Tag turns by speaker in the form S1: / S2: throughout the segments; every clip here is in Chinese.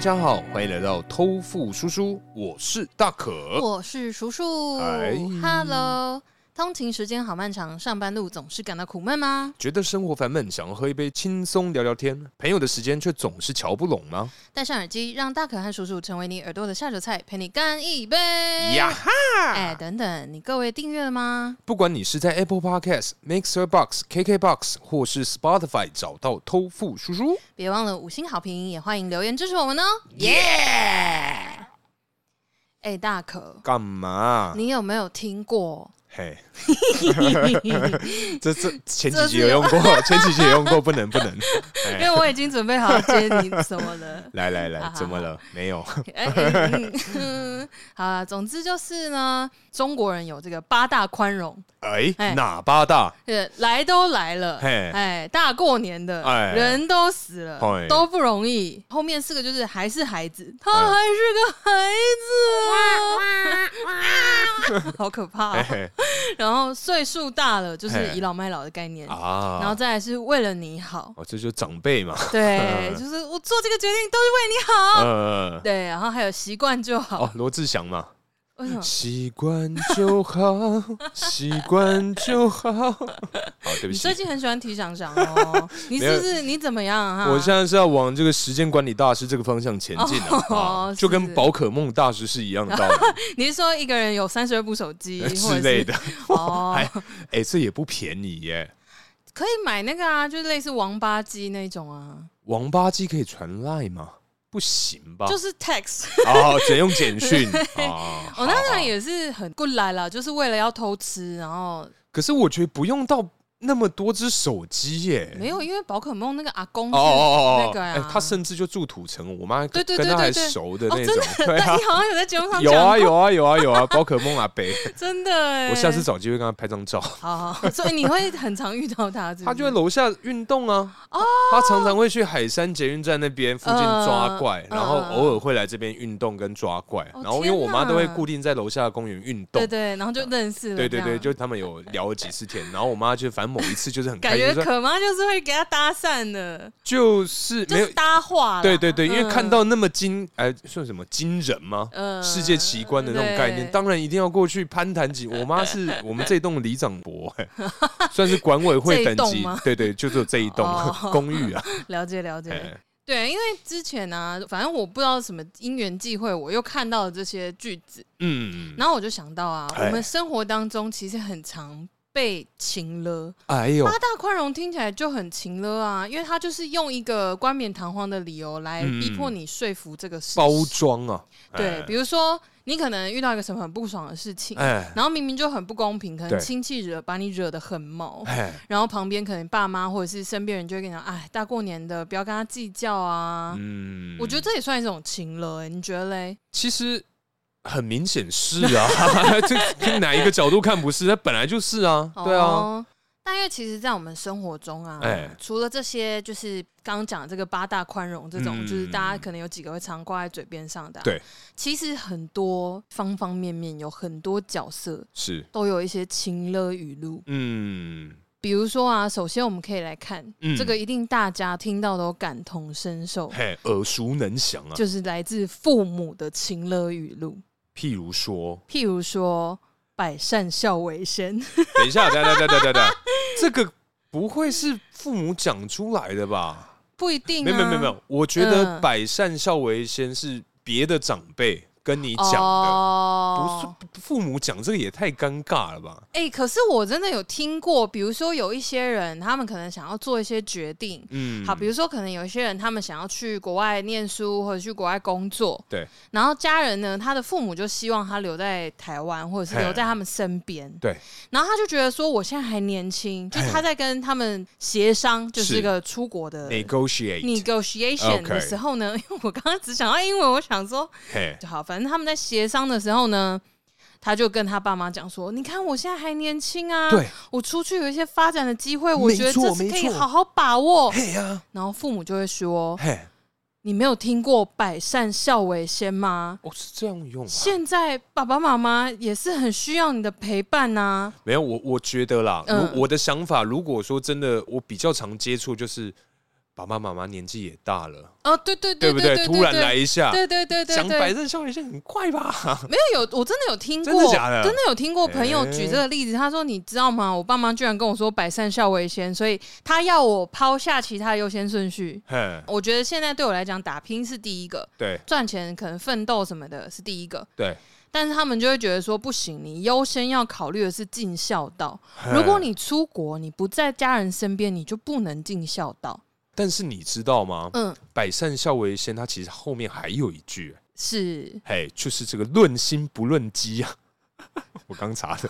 S1: 家好，欢迎来到偷富叔叔，我是大可。
S2: 我是叔叔
S1: 呃哎
S2: ，Hello。通勤时间好漫长，上班路总是感到苦闷吗？
S1: 觉得生活烦闷，想喝一杯轻松聊聊天，朋友的时间却总是瞧不拢吗？
S2: 戴上耳机，让大可和叔叔成为你耳朵的下酒菜，陪你干一杯。
S1: 呀哈！
S2: 哎，等等，你各位订阅了吗？
S1: 不管你是在 Apple Podcast、Mixer Box、KK Box 或是 Spotify 找到偷富叔叔，
S2: 别忘了五星好评，也欢迎留言支持我们哦。
S1: 耶、
S2: 哎，大可，
S1: 干嘛？
S2: 你有没有听过？
S1: 嘿，这这前几集有用过， 前几集有用过，不能不能。
S2: 因
S1: 哎
S2: 为我已经准备好接你什么
S1: 。
S2: 了
S1: 来来
S2: 好
S1: 来，
S2: 啊好
S1: 怎么了？没有，
S2: 哎哎嗯好啦，总之就是呢，中国人有这个八大宽容。
S1: 哎，
S2: 哎
S1: 哪八大？
S2: 呃，来都来了，
S1: 嘿
S2: 哎，大过年的，
S1: 哎
S2: 人都死
S1: 哎
S2: 了，都不容易。后面四个就是还是孩子，他
S1: 哎
S2: 还是个孩子 啊，好可怕
S1: 嘿
S2: 哦。
S1: 嘿
S2: 然后岁数大了，就是
S1: 哎嘿
S2: 倚老卖老的概念。
S1: 啊，
S2: 然后再来是为了 你好，
S1: 哦，这就是长辈嘛，嗯
S2: 对，就是我做这个决定都是 为你好，
S1: 呃，
S2: 对。然后还有习惯就好
S1: 哦，，罗志祥嘛，
S2: 为什么？
S1: 习惯就好，习惯就 好。好，对不
S2: 你
S1: 起
S2: 最，近很喜欢提想想 哦，你是不是你怎么样啊？
S1: 我现在是要往这个时间管理大师这个方向前进的、
S2: 哦
S1: 啊，
S2: 是
S1: 就跟宝可梦大师是一样的道 理
S2: 你是说一个人有三十二部手机
S1: 之类？的。
S2: 或者是哦
S1: 还，哎、这也不便宜耶，
S2: 可以买那个啊，就是类似王八机那种啊，
S1: 王八机可以传赖吗？不行吧？
S2: 就是是 text。哦
S1: 哦，只能用简 讯啊。
S2: 我那
S1: 好
S2: 时
S1: 好
S2: 候也是很过来了，就是为了要偷吃，然后
S1: 可是我觉得不用到那么多只手机耶。
S2: 没有，因为宝可梦那个阿公是
S1: 哦哦哦哦，
S2: 那个呀
S1: 哎他甚至就住土城，我妈
S2: 对对
S1: 跟
S2: 对
S1: 他还
S2: 对对
S1: 熟的
S2: 哦，
S1: 那
S2: 真
S1: 种，
S2: 的，
S1: 对啊
S2: 但你，好像有在节目 上
S1: 有
S2: 讲
S1: 啊
S2: 过，
S1: 有啊有啊有啊，宝可梦阿 北，
S2: 真的哎。
S1: 我下次找机会跟他拍张照。
S2: 好好，好所以你会很常遇到他，是不是
S1: 他就在楼下运动啊，
S2: 哦
S1: 他常常会去海山捷运站那边附近抓怪，
S2: 嗯
S1: 然后
S2: 嗯
S1: 偶尔会来这边运动跟抓怪，
S2: 哦
S1: 然后因为我妈
S2: 天哪
S1: 都会固定在楼下的公园运动
S2: 对。对，然后就认识了，
S1: 对对
S2: 这
S1: 对，
S2: 样
S1: 就他们有聊了几次天，然后我妈就反正某一次就是很
S2: 感
S1: 开心，
S2: 觉
S1: 就说
S2: 可妈就是会给他搭讪的，
S1: 就是
S2: 就
S1: 没有
S2: 是搭话啦，
S1: 对对对，因为
S2: 嗯
S1: 看到那么惊，哎，算什么惊人吗？
S2: 嗯
S1: 世界奇观的那种概念，
S2: 对
S1: 当然一定要过去攀谈 几。我妈是我们这一栋的里长伯，哎算是管委会等
S2: 这一栋
S1: 级
S2: 吗，
S1: 对对，就只有这一栋
S2: 哦
S1: 公寓啊。
S2: 了解了解。
S1: 哎
S2: 对，因为之前呢、反正我不知道什么因缘际会，我又看到了这些句子，
S1: 嗯，
S2: 然后我就想到啊，
S1: 哎
S2: 我们生活当中其实很常被情了。
S1: 哎呦
S2: 八，大宽容听起来就很情了啊，因为他就是用一个冠冕堂皇的理由来
S1: 嗯
S2: 逼迫你说服这个事实。
S1: 包装啊，
S2: 对，比如说你可能遇到一个什么很不爽的事情，
S1: 哎
S2: 然后明明就很不公平，可
S1: 对
S2: 能亲戚惹把你惹得很毛，
S1: 哎
S2: 然后旁边可能爸妈或者是身边人就会跟你讲，哎，大过年的不要跟他计较啊。
S1: 嗯
S2: 我觉得这也算一种情了、欸，你觉得嘞？
S1: 其实很明显是啊， 这这哪一个角度看不是？它本来就是啊，对啊，
S2: 哦。但因为其实，在我们生活中啊，
S1: 哎
S2: 除了这些，就是刚刚讲这个八大宽容这种，
S1: 嗯
S2: 就是大家可能有几个会常挂在嘴边上的、啊
S1: 对，
S2: 其实很多方方面面有很多角色
S1: 是，
S2: 都有一些情了语录。
S1: 嗯
S2: 比如说啊，首先我们可以来看、
S1: 嗯
S2: 这个，一定大家听到都感同身受，
S1: 嘿，耳熟能详啊。
S2: 就是来自父母的情了语录，
S1: 譬如说，
S2: 譬如说“百善孝为先”。
S1: 等一下，等一下等一下等一下等一下，这个不会是父母讲出来的吧？
S2: 不一定、啊，
S1: 没有没有没有没有，我觉得
S2: 嗯
S1: 百善孝为先是别的长辈跟你讲的，
S2: 哦，
S1: 不是父母讲这个也太尴尬了吧？
S2: 哎、可是我真的有听过，比如说有一些人，他们可能想要做一些决定。
S1: 嗯，
S2: 好，比如说可能有一些人，他们想要去国外念书或者去国外工作，
S1: 对。
S2: 然后家人呢，他的父母就希望他留在台湾，或者是
S1: 嘿
S2: 留在他们身边。
S1: 对。
S2: 然后他就觉得说，我现在还年轻，就是
S1: 嘿
S2: 他在跟他们协商，就是
S1: 是
S2: 一个出国的
S1: negotiate，
S2: negotiation
S1: OK
S2: 的时候呢，因 为我刚刚只想到英文，我想说
S1: 嘿，
S2: 就好，反正他们在协商的时候呢，他就跟他爸妈讲说：“你看我现在还年轻啊，
S1: 对，
S2: 我出去有一些发展的机会，我觉得
S1: 没错
S2: 这是可
S1: 没
S2: 以
S1: 错
S2: 好好把握。
S1: 嘿呀，”
S2: 然后父母就会说
S1: 嘿，：“
S2: 你没有听过‘百善孝为先’吗？”
S1: 哦，是这样用啊？
S2: 现在爸爸妈妈也是很需要你的陪伴呐、
S1: 没有，我我觉得啦，
S2: 嗯
S1: 如我的想法，如果说真的，我比较常接触就是。爸爸妈妈年纪也大了，
S2: 哦，对对
S1: 对
S2: 对
S1: 不
S2: 对，
S1: 突然来一下，
S2: 对，对对对
S1: 想
S2: 对
S1: 摆
S2: 对，
S1: 正笑一下很快吧？
S2: 没有有，我真的有听过，
S1: 真的假的
S2: 有听过朋友举这个例子，他说你知道吗？我爸妈居然跟我说百善孝为先，所以他要我抛下其他优先顺序。
S1: 嘿，
S2: 我觉得现在对我来讲，打拼是第一个，
S1: 对
S2: 赚钱可能奋斗什么的是第一个，
S1: 对，
S2: 但是他们就会觉得说不行，你优先要考虑的是尽孝道。如果
S1: 嘿，
S2: 你出国，你不在家人身边，你就不能尽孝道。
S1: 但是你知道吗？
S2: 嗯，
S1: 百善孝为先，它其实后面还有一句，，
S2: 是
S1: 嘿，就是这个论心不论机啊。 我刚查的，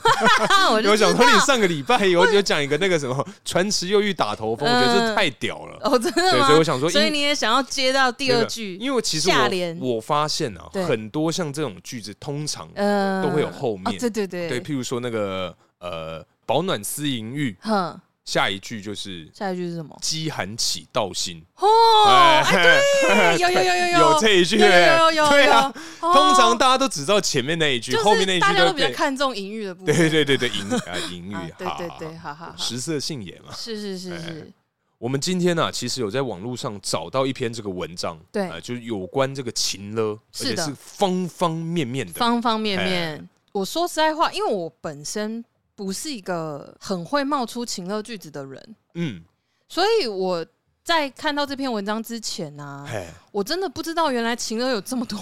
S2: 啊、我
S1: 因为我
S2: 就知道
S1: 想说你上个礼拜有有讲一个那个什 么传奇又遇打头风，我觉得这
S2: 嗯
S1: 太屌了。
S2: 哦，真的
S1: 对，
S2: 吗？
S1: 所以我想说，
S2: 所以
S1: 因
S2: 你也想要接到第
S1: 那
S2: 二
S1: 个
S2: 句，
S1: 因为其实
S2: 下联
S1: 我我发现啊，
S2: 对
S1: 很多像这种句子，通常
S2: 呃
S1: 都会有后面
S2: 哦对对对
S1: 对，，譬如说那个呃“保暖思淫欲
S2: 哼，”，
S1: 下一句就是
S2: 下一句是什么
S1: “？饥寒起盗心”。
S2: 哦，
S1: 哎，
S2: 哎有有有有
S1: 有这一句，
S2: 有有
S1: 哎
S2: 有有
S1: 对啊。
S2: 有，
S1: 通常
S2: 到
S1: 大家都只知道前面那一句，
S2: 就是
S1: 后面那一
S2: 大
S1: 句
S2: 家都比较
S1: 被。
S2: 看重隐喻的部分，
S1: 对对对对，淫啊淫欲
S2: 啊，
S1: 哈
S2: 对
S1: 哈
S2: 对
S1: 哈
S2: 对，好好好，
S1: 食色性也嘛。
S2: 是是是
S1: 哎
S2: 是，
S1: 我们今天呢、其实有在网络上找到一篇这个文章，
S2: 对
S1: 呃就是有关这个情勒，而
S2: 是
S1: 且
S2: 的
S1: 是方方面面的。
S2: 方方面
S1: 哎
S2: 面。我说实在话，因为我本身不是一个很会冒出情乐句子的人，
S1: 嗯，
S2: 所以我在看到这篇文章之前呢、
S1: 嘿，
S2: 我真的不知道原来情乐有这么多。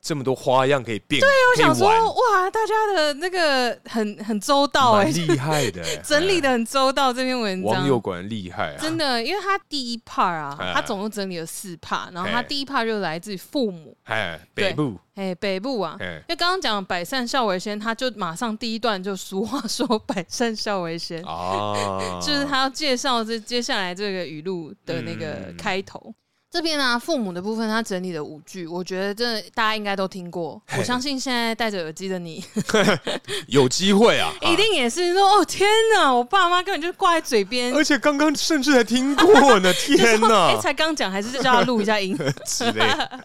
S1: 这么多花样可以变，对，
S2: 我想
S1: 可以
S2: 说，
S1: 玩，
S2: 哇，大家的那个很很周到哎、
S1: 蛮厉害的、欸
S2: 整理的很周到这篇文
S1: 网友
S2: 章。
S1: 果然厉害啊！
S2: 真的，因为他第一 part 啊，
S1: 哎
S2: 他总共整理了四 part，然后他
S1: 哎
S2: 第一 part 就来自于父母，
S1: 哎，
S2: 对
S1: 北部，
S2: 哎，北部啊，
S1: 哎
S2: 因为刚刚讲百善孝为先，他就马上第一段就俗话说百善孝为先，
S1: 啊，
S2: 就是他要介绍这接下来这个语录的那个开头。
S1: 嗯
S2: 这边呢、啊父母的部分他整理了五句，我觉得这大家应该都听过。
S1: 嘿
S2: 我相信现在戴着耳机的你，
S1: 有机会啊，
S2: 一定也是说：“哦，天哪，我爸妈根本就挂在嘴边
S1: 啊。而且刚刚甚至还听过 呢，天
S2: 哎、
S1: 哪，
S2: 才刚讲，还是叫他录一下音。
S1: 之类的。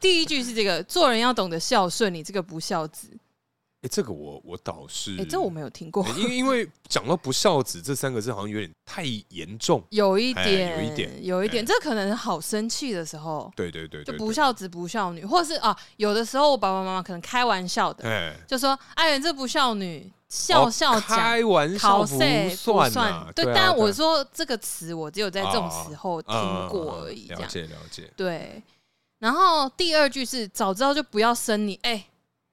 S2: 第一句是这个：“做人要懂得孝顺，你这个不孝子。
S1: 哎，这个我我倒是，
S2: 哎，这我没有听过，
S1: 因因为讲到不孝子这三个字，好像有点太严重。
S2: 有一
S1: 哎
S2: 点，
S1: 有一点
S2: 有一点，
S1: 哎
S2: 这可能好生气的时候，
S1: 对对对
S2: 就
S1: 对，
S2: 不
S1: 对，
S2: 孝子不孝女，或者是啊，有的时候我爸爸妈妈可能开玩笑的，
S1: 哎，
S2: 就说：“哎呀，这不孝女，笑
S1: 哦
S2: 笑讲。”
S1: 开玩笑
S2: 考
S1: 不
S2: 试
S1: 算啊，
S2: 对，
S1: 啊
S2: 但
S1: 对
S2: 我
S1: 啊
S2: 说这个词，我只有在这种时候听
S1: 嗯
S2: 过而已，这
S1: 了
S2: 样
S1: 解了解，
S2: 对。然后第二句是早知道就不要生你，哎，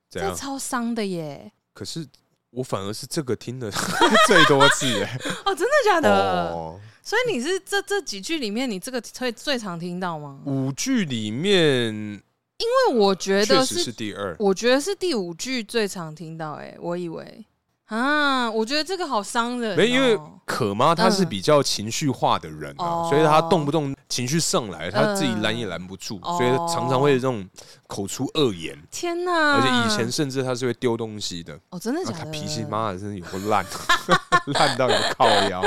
S1: 这
S2: 这
S1: 样。
S2: 超伤的耶！
S1: 可是我反而是这个听的 最多次哎、
S2: 哦，真的假的？
S1: 哦，
S2: 所以你是这这几句里面，你这个会最常听到吗？
S1: 五句里面
S2: 因为我觉
S1: 确
S2: 得
S1: 实
S2: 是
S1: 是第二。
S2: 我觉得是第五句最常听到、欸，哎，我以为啊，我觉得这个好伤人、哦。
S1: 没，因为可妈她是
S2: 嗯
S1: 比较情绪化的人啊，
S2: 哦
S1: 所以她动不动情绪上来，她自己
S2: 嗯
S1: 拦也拦不住，
S2: 哦
S1: 所以常常会这种口出恶言，
S2: 天哪！
S1: 而且以前甚至她是会丢东西的。
S2: 哦，嗯真的
S1: 然后
S2: 假
S1: 她
S2: 的？
S1: 脾气妈的真是有够烂， 烂到有靠 腰，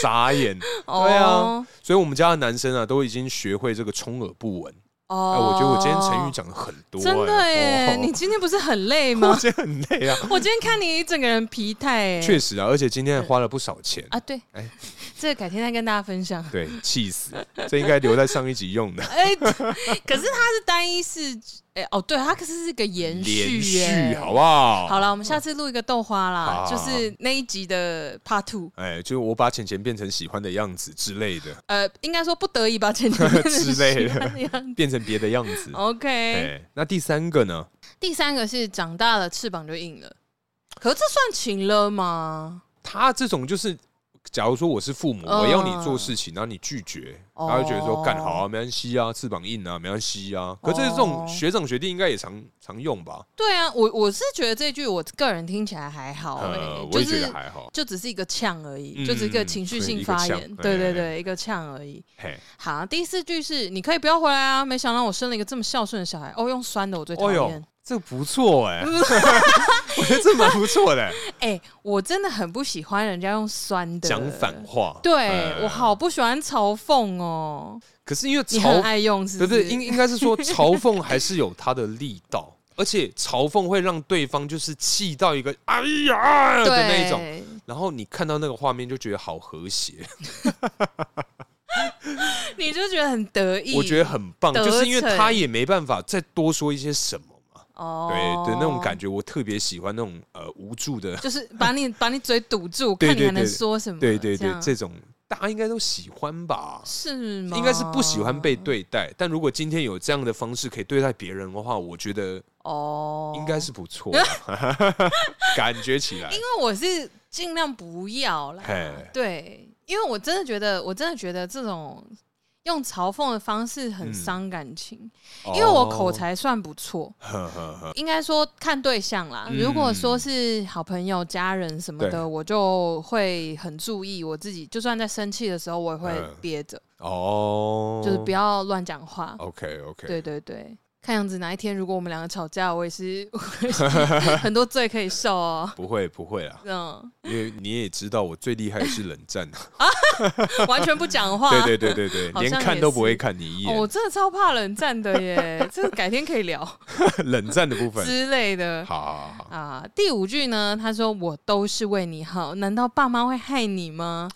S1: 傻眼。
S2: 哦，
S1: 对啊，所以我们家的男生啊，都已经学会这个充耳不闻。
S2: 哦
S1: 哎，，我觉得我今天成语讲的很多、哎
S2: 真的耶！
S1: 哦
S2: 你哎今天不是很 累
S1: 我
S2: 吗？
S1: 今天很累 啊，
S2: 我今天看你整个人疲态，哎，
S1: 确实啊，而且今天还花了不少钱，
S2: 啊，对
S1: 哎，
S2: 这个改天再跟大家分享。
S1: 对，气死，这应该留在上一集用的，
S2: 哎，可是它是单一是，哎，哦，对，它可是是个延续
S1: 连续，
S2: 耶
S1: 好不好？
S2: 好，了，我们下次录一个豆花啦
S1: 好，
S2: 就是那一集的 Part Two。
S1: 哎，就是我把浅浅变成喜欢的样子之类 的，
S2: 呃，应该说不得已把钱钱
S1: 之类的
S2: 的样子。
S1: 变成别的样子。
S2: OK，
S1: 哎，那第三个呢？
S2: 第三个是长大了翅膀就硬了，可是这算情了吗？
S1: 他这种就是。假如说我是父母，
S2: 嗯
S1: 我要你做事情，然后你拒绝，
S2: 哦
S1: 他就觉得说干好啊，没关系啊，翅膀硬啊，没关系啊。可是这种
S2: 哦
S1: 学长学弟应该也常常用吧？
S2: 对啊，我我是觉得这句我个人听起来还好、欸，
S1: 呃，我
S2: 就
S1: 也觉
S2: 是
S1: 得还好。
S2: 就只是一个呛而已，
S1: 嗯
S2: 就只是一个情绪性发
S1: 一个
S2: 言，
S1: 呛
S2: 对对
S1: 哎
S2: 对，一个呛而已。
S1: 嘿，
S2: 好，第四句是你可以不要回来啊，没想到我生了一个这么孝顺的小孩，哦，用酸的我最讨
S1: 哦
S2: 厌
S1: 呦。，这不错 哎、我觉得这蛮不错的、
S2: 哎、我真的很不喜欢人家用酸的
S1: 讲反。话。
S2: 对、
S1: 嗯
S2: 我好不喜欢嘲讽哦，
S1: 可是因为
S2: 你很
S1: 嘲，
S2: 爱用是
S1: 不
S2: 不是？
S1: 是应应该是 说嘲讽还是有它的力道，而且嘲讽会让对方就是气到一个哎呀的
S2: 对
S1: 那一种，然后你看到那个画面就觉得好和谐。
S2: 你就觉得很得意，
S1: 我觉得很棒，
S2: 得
S1: 就是因为
S2: 逞
S1: 他也没办法再多说一些什么嘛，
S2: 哦
S1: 对的那种感
S2: 觉，
S1: 觉，我特别喜欢那种呃无助的，
S2: 就是把你 把你嘴堵住，
S1: 对
S2: 看你
S1: 对
S2: 还能
S1: 对
S2: 说什么，
S1: 对对对
S2: 样，
S1: 这种大家应该都喜欢吧。
S2: 是吗？
S1: 应该是不喜欢被对待，但如果今天有这样的方式可以对待别人的话，我觉得
S2: 哦，
S1: 应该是不 错， 感觉起来
S2: 因，为我是尽量不要啦，
S1: 嘿，
S2: 对，因为我真的觉得，我真的觉得这种用嘲讽的方式很
S1: 嗯
S2: 伤感情，因为我口才算不错，
S1: 哦呵呵呵，
S2: 应该说看对象啦。
S1: 嗯
S2: 如果说是好朋友、家人什么的，我就会很注意我自己，就算在生气的时候，我也会
S1: 嗯
S2: 憋着，
S1: 哦，
S2: 就是不要乱讲话。
S1: OK OK，
S2: 对对对。看样子哪一天如果我们两个吵架，我 也是 我也是很多罪可以受哦。
S1: 不会不会啦，
S2: 嗯，
S1: 因为你也知道我最厉害的是冷战，啊
S2: 完全不讲话。
S1: 对对对对对，
S2: 啊好像
S1: 连看
S2: 也
S1: 都不会
S2: 是
S1: 看你一
S2: 哦，我
S1: 眼，
S2: 真的超怕冷战的耶，这个改天可以聊
S1: 冷战的部分，
S2: 之类的。
S1: 好好好，
S2: 啊，第五句呢，他说我都是为你好，难道爸妈会害你吗？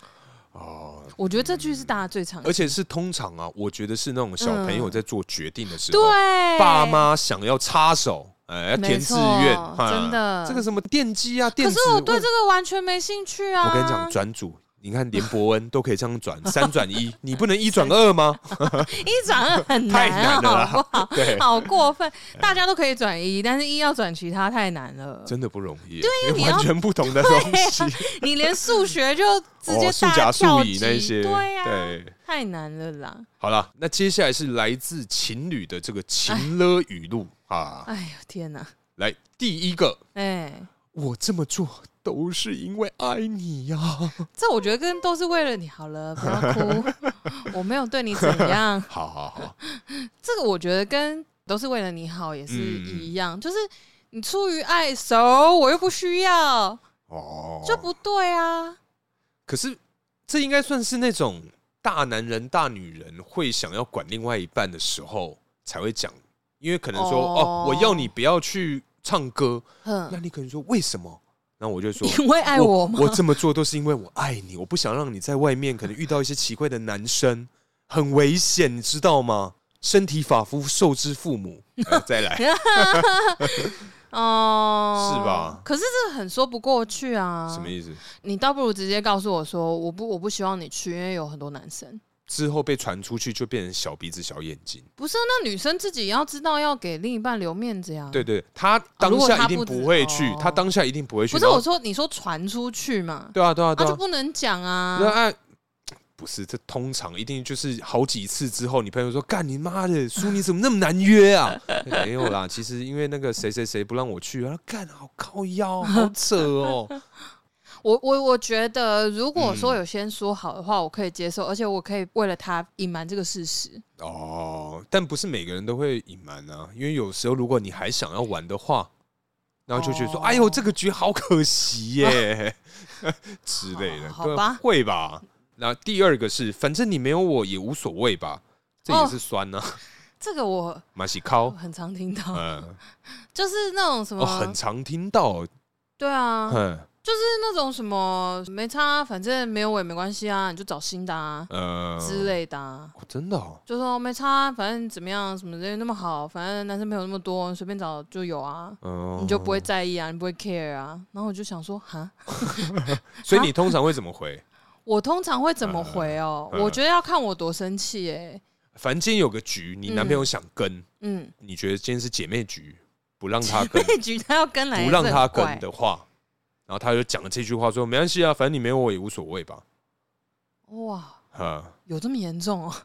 S1: 哦，
S2: 我觉得这句是大家最常
S1: 而且是通常啊，我觉得是那种小朋友在做决定的时候，
S2: 嗯对
S1: 哦爸妈想要插手，哎，要
S2: 没
S1: 填志
S2: 错
S1: 愿，
S2: 真的
S1: 这个什么电机啊，电
S2: 可
S1: 子
S2: 是，我对这个完全没兴趣啊！
S1: 我跟你讲，转组。你看连伯恩都可以这样转，三转一，你不能一转二吗？
S2: 一转二很
S1: 太
S2: 难，
S1: 难了啦
S2: 好不好？
S1: 对，哎
S2: 好过分，大家都可以转一，但是一要转其他太难了。
S1: 真的不容易，对
S2: 为你要
S1: 完全不同的东西，
S2: 你连数学就直接
S1: 哦数
S2: 大
S1: 甲
S2: 跳
S1: 数
S2: 级
S1: 乙那些，
S2: 对呀、
S1: 对，
S2: 太难了啦！
S1: 好了，那接下来是来自情侣的这个情勒语录啊。
S2: 哎呦天哪，
S1: 来，第一个，
S2: 哎、
S1: 我这么做都是因为爱你 呀、
S2: 这我觉得跟都是为了你好了，不要 哭，我没有对你怎 样。
S1: 好好好，
S2: 这个我觉得跟都是为了你好也是
S1: 嗯
S2: 一样，就是你出于爱手，我又不需要，
S1: 哦，
S2: 这不对啊。
S1: 可是这应该算是那种大男人大女人会想要管另外一半的时候才会讲，因为可能说
S2: 哦嗯
S1: 哦我要你不要去唱歌，那
S2: 哼，
S1: 你可能说为什么？那我就 说。
S2: 因为爱我吗？
S1: 我这么做都是因为我爱你，我不想让你在外面可能遇到一些奇怪的男生，很危险，你知道吗？身体发肤受之父 母，呃再来
S2: 哦，
S1: 是吧
S2: 可是这个很说不过去啊。
S1: 什么意思？
S2: 你倒不如直接告诉我说，我不，我不希望你去，因为有很多男生。
S1: 之后被传出去就变成小鼻子小眼睛。
S2: 不是啊，那女生自己要知道要给另一半留面子呀。
S1: 对，对，他
S2: 哦啊如
S1: 当
S2: 果
S1: 下
S2: 他
S1: 一定
S2: 不知
S1: 不会去
S2: 哦，
S1: 他当下一定不会去。
S2: 不是
S1: 然后
S2: 我说，你说传出去嘛，
S1: 对啊，对啊，
S2: 那、
S1: 对
S2: 就
S1: 啊。
S2: 不能讲啊。
S1: 那哎，不是，这通常一定就是好几次之后，你朋友说：“干你妈的，叔你怎么那么难约 啊？”没有啦，其实因为那个谁谁谁不让我去，啊，干好靠腰，好扯哦。
S2: 我我我觉得，如果说
S1: 嗯
S2: 有先说好的话，我可以接受，而且我可以为了他隐瞒这个事实。
S1: 哦，但不是每个人都会隐瞒啊，因为有时候如果你还想要玩的话，然后就觉得说：“
S2: 哦
S1: 哎呦，这个局好可惜 耶”之类的，
S2: 好
S1: 对啊
S2: 吧
S1: 会吧？那第二个是，反正你没有我也无所谓吧，这也
S2: 哦
S1: 是酸呐、啊，
S2: 这个我
S1: 马西靠，
S2: 很常听到，
S1: 嗯，
S2: 就是那种什么，
S1: 哦，很常听到，
S2: 对啊，就是
S1: 嗯
S2: 那种什么没差啊，反正没有我也没关系啊，你就找新的啊、
S1: 呃
S2: 之类的、啊。
S1: 哦，真的哦，
S2: 就说没差啊，反正怎么样，什么人那么好，反正男生朋友那么多，随便找就有啊，
S1: 嗯，
S2: 你就不会，在意啊，你不会 care 啊。然后我就想说，哈，
S1: 嗯所以你通常会怎么
S2: 嗯
S1: 回？
S2: 我通常会怎么回哦？
S1: 嗯嗯
S2: 我觉得要看我多生气哎、
S1: 反正今天有个局，你男朋友想跟，
S2: 嗯，
S1: 你觉得今天是姐妹局，不让 他跟，
S2: 那局他要跟来，
S1: 不让他跟。的话，然后他就讲了这句话说，没关系啊，反正你没有我也无所谓吧，
S2: 哇，
S1: 哈
S2: 有这么严重哦？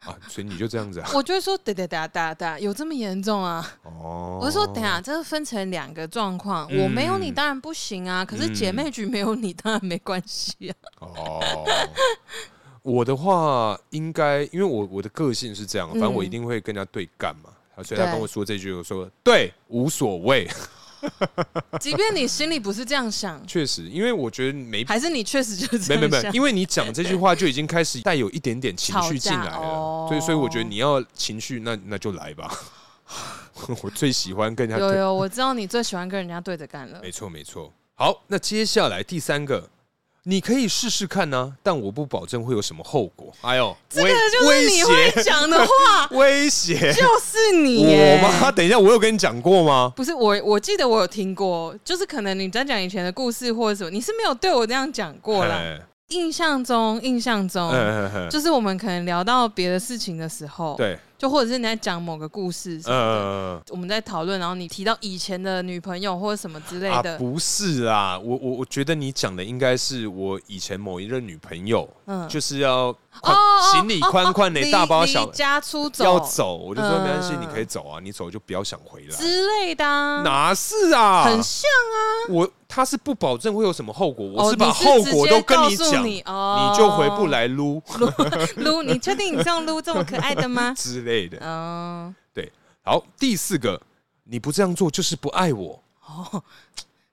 S1: 啊，所以你就这样子啊，
S2: 我就会说，哒哒哒哒哒，有这么严重啊？
S1: 哦，
S2: 我就说，等一下，这个分成两个状况，
S1: 嗯
S2: 我没有你当然不行啊，可是姐妹局没有你当然没关 系啊。
S1: 哦，我的话应该，因为我我的个性是这样，反正我一
S2: 嗯
S1: 定会跟人家对干嘛。所以他
S2: 对
S1: 跟我说这句，我说对，无所谓。
S2: 即便你心里不是这样想，
S1: 确实，因为我觉得没
S2: 还是你确实就是这
S1: 没
S2: 样
S1: 没
S2: 想。
S1: 没，因为你讲这句话就已经开始带有一点点情绪进来
S2: 吵架
S1: 了
S2: 哦，
S1: 所以所以我觉得你要情绪，那那就来吧。 我最喜欢跟人家
S2: 有
S1: 对，
S2: 有，我知道你最喜欢跟人家对着干了
S1: 没。错没错。好，那接下来第三个，你可以试试看呢、但我不保证会有什么后果。哎呦，
S2: 这个就是你
S1: 威，
S2: 会讲的话
S1: 威胁
S2: 就是你
S1: 我
S2: 耶。
S1: 吗？等一下，我有跟你讲过吗？
S2: 不是我，我记得我有听过，就是可能你在讲以前的故事或者什么，你是没有对我这样讲过 哦啦。
S1: 哎
S2: 印象中，印象中，
S1: 嗯嗯嗯，
S2: 就是我们可能聊到别的事情的时候，，
S1: 对，
S2: 就或者是你在讲某个故事
S1: 嗯
S2: 什么的，
S1: 嗯，嗯
S2: 我们在讨论，然后你提到以前的女朋友或者什么之类
S1: 嗯啊
S2: 的，，
S1: 不是啊，我我我觉得你讲的应该是我以前某一任女朋友，
S2: 嗯，
S1: 就是要
S2: 哦
S1: 宽
S2: 哦
S1: 行李宽宽的，
S2: 离
S1: 大包小
S2: 离家出走
S1: 要走，我就说没关系，
S2: 嗯
S1: 你可以走啊，你走就不要想回来。
S2: 之类的、啊，
S1: 哪是啊？
S2: 很像
S1: 我他是不保证会有什么后果，我
S2: 哦
S1: 是把
S2: 你是
S1: 后果都跟
S2: 直接告诉
S1: 讲，
S2: 你
S1: 你
S2: 哦
S1: 就回不来撸？
S2: 撸，你确定你这样撸这么可爱的吗
S1: 之类的。
S2: 嗯，
S1: 好，第四个，你不这样做就是不爱我，
S2: 哦，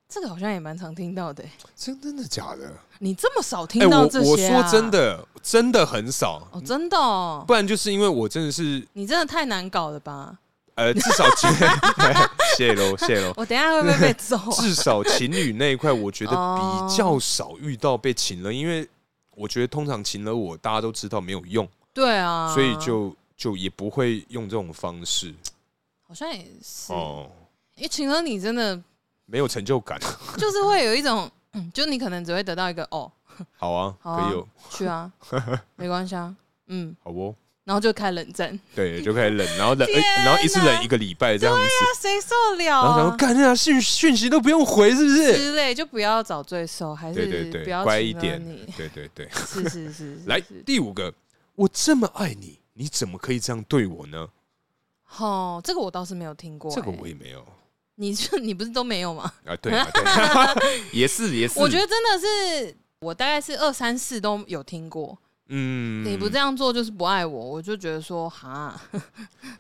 S2: 这个好像也蛮常听到的欸。
S1: 真真的假的？
S2: 你这么少
S1: 哎、
S2: 听
S1: 我
S2: 到这些、啊
S1: 我说真，的，真的很少，
S2: 哦，真的、哦，
S1: 不然就是因为我真的是
S2: 你真的太难搞了吧？
S1: 呃，至少情 谢喽谢喽，
S2: 我等一下会不会被揍、啊？
S1: 至少情侣那一块，我觉得
S2: 哦
S1: 比较少遇到被请了，因为我觉得通常请了我，大家都知道没有用，
S2: 对啊，
S1: 所以就就也不会用这种方式
S2: 好像也是，
S1: 哦。
S2: 因为情了你真的
S1: 没有成就感，
S2: 就是会有一种，嗯就你可能只会得到一个哦，
S1: 好啊，
S2: 好啊
S1: 可以有，
S2: 去 啊，没关系啊，嗯，
S1: 好哦，
S2: 然后就开冷战，
S1: 对，就可以冷，然后冷，
S2: 天
S1: 哎然后一次
S2: 哪
S1: 冷一个礼拜这样子，
S2: 那谁受得了、
S1: 然后想
S2: 啊
S1: 说，？干那讯讯息都不用回，是不是？
S2: 之类就不要找罪受，还
S1: 对对
S2: 是
S1: 对
S2: 不要
S1: 乖一
S2: 请了
S1: 点
S2: 你
S1: 对对 对，
S2: 是是是是，
S1: 来
S2: 是
S1: 第五个，我这么爱你，你怎么可以这样对我呢？
S2: 哦，这个我倒是没有听过欸、
S1: 这个我也没有
S2: 你就你不是都没有吗？
S1: 啊，对 啊，对， 也是也是，
S2: 我觉得真的是，我大概是二三四都有听过。
S1: 嗯
S2: 你不这样做就是不爱我，我就觉得说哈，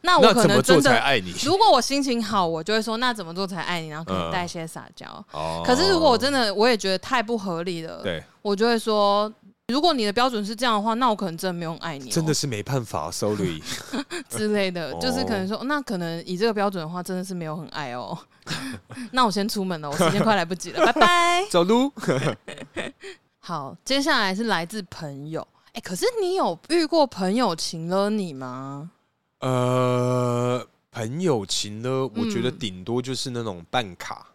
S2: 那我
S1: 那
S2: 可
S1: 怎么
S2: 能
S1: 做
S2: 真
S1: 才
S2: 的，
S1: 爱你？
S2: 如果我心情好，我就会说那怎么做才爱你，然后可能带一些撒娇。
S1: 嗯哦
S2: 可是如果我真的我也觉得太不合理了，
S1: 对，
S2: 我就会说，如果你的标准是这样的话，那我可能真的没有爱你哦、
S1: 真的是没哦办法，sorry，
S2: 之类的， 就是可能说，那可能以这个标准的话，真的是没有很爱哦。 那我先出门了，我时间快来不及了，拜 拜。
S1: 走路。
S2: 好，接下来是来自朋友。哎、可是你有遇过朋友请了你吗？
S1: 呃，朋友情呢，我觉得
S2: 嗯
S1: 顶多就是那种办卡、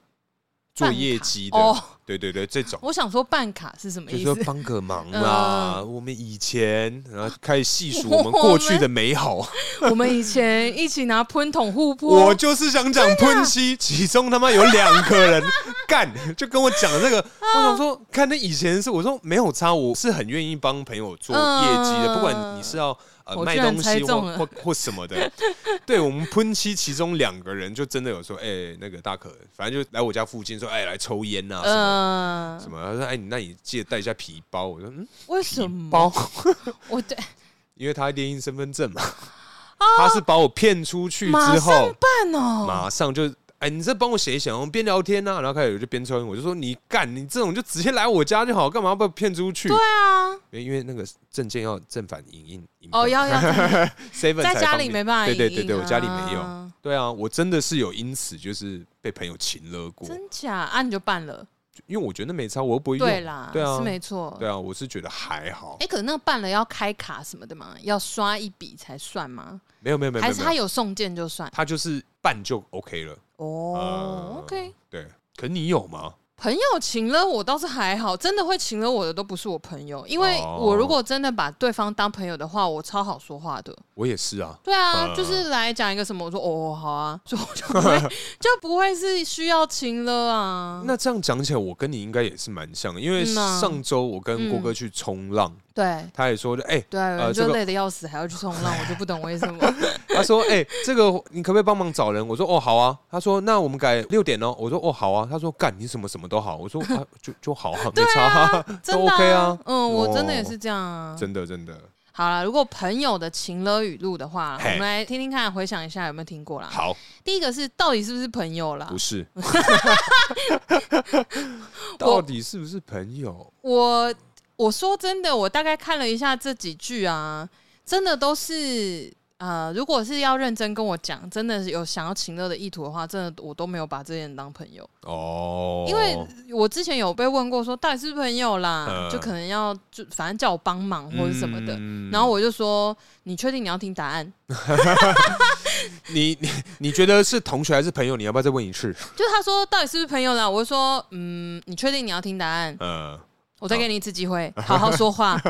S1: 做
S2: 办
S1: 业
S2: 卡
S1: 绩的，
S2: 哦，
S1: 对对对，这种
S2: 我想说办卡是什么
S1: 就
S2: 意
S1: 是说
S2: 思？
S1: 帮个忙啦。
S2: 嗯
S1: 我们以前，然后开始细 数我们过去的美好。
S2: 我们以前一起拿喷筒互泼，
S1: 我就是想讲喷漆，其中他妈有两个 人干，就跟我讲这个。
S2: 嗯
S1: 我想说，看那以前是我说没有差，我是很愿意帮朋友做业绩的，
S2: 嗯
S1: 不管你是要呃
S2: 我
S1: 卖
S2: 居然
S1: 东
S2: 猜
S1: 西或
S2: 中了
S1: 或或什么 的。对我们喷漆，其中两个人就真的有说，哎、那个大可，反正就来我家附近说，哎、来抽烟呐、啊、什么。
S2: 嗯、
S1: 什么？他说：“哎，你那你记得带一下皮包。”我说：“嗯，
S2: 为
S1: 皮
S2: 什么？
S1: 包，
S2: 我对，
S1: 因为他列印身份证嘛。他是把我骗出去
S2: 哦马
S1: 之
S2: 上
S1: 后，
S2: 办哦，
S1: 马上就哎，你这帮我写一写，我们边聊天呐、然后开始我就边抽烟，我就说你干，你这种就直接来我家就好，干嘛把我骗出去？对
S2: 对啊，
S1: 因为那个证件要正反影印，影
S2: 哦，要要在
S1: seven
S2: 在家里没办法
S1: 对
S2: 影印啊、
S1: 对对对，我家里没有。对啊，我真的是有因此就是被朋友擒了过，
S2: 真假啊？你就办了，
S1: 因为我觉得没差，我又不会用。
S2: 对啦，
S1: 对啊
S2: 是没错。
S1: 对啊，我是觉得还好
S2: 哎、，可是那个办了要开卡什么的嘛，要刷一笔才算吗？
S1: 没有没有没有没
S2: 还
S1: 有
S2: 是
S1: 没
S2: 他
S1: 有，
S2: 有送件就算？
S1: 他就是办就 OK 了。
S2: 哦、
S1: 呃
S2: o k
S1: 对，可你有吗？
S2: 朋友请了我倒是还好，真的会请了我的都不是我朋友，因为
S1: 哦
S2: 我如果真的把对方当朋友的话，我超好说话的。
S1: 我也是啊，
S2: 对啊，
S1: 嗯
S2: 就是来讲一个什么，我说哦好啊， 就就 不会就不会是需要请了啊。
S1: 那这样讲起来，我跟你应该也是蛮像的，因为
S2: 嗯啊嗯
S1: 上周我跟郭哥去冲浪，
S2: 对
S1: 他也说，哎、
S2: 对，有人
S1: 这
S2: 就
S1: 个
S2: 累得要死，还要去冲 浪，我就不懂为什么。
S1: 他说，哎、这个你可不可以帮忙找人？我说，哦，好啊。他说，那我们改六点哦。我说，哦，好啊。他说，干，你什么什么都好。我说，啊、就就好啊，没差、
S2: 真
S1: 都
S2: 的、
S1: OK 啊。
S2: 嗯，我真的也
S1: 哦
S2: 是这样啊。
S1: 真的真的
S2: 好了，如果朋友的情了语录的话，我
S1: 嘿
S2: 们来听听看，回想一下有没有听过啦。
S1: 好，
S2: 第一个是到底是不是朋友啦
S1: 不？ 是，到底是不是朋友？
S2: 我我说真的，我大概看了一下这几句啊，真的都是嗯、呃，如果是要认真跟我讲，真的是有想要情乐的意图的话，真的我都没有把这些人当朋友，
S1: 哦，
S2: 因为我之前有被问过说到底是不是朋友啦，
S1: 嗯
S2: 就可能要就反正叫我帮忙或者什么的，
S1: 嗯
S2: 然后我就说你确定你要听答案？
S1: 你你你觉得是同学还是朋友？你要不要再问一次？
S2: 就他说到底是不是朋友啦，我就说嗯，你确定你要听答案？
S1: 呃
S2: 我再给你一次机会，好好 说话。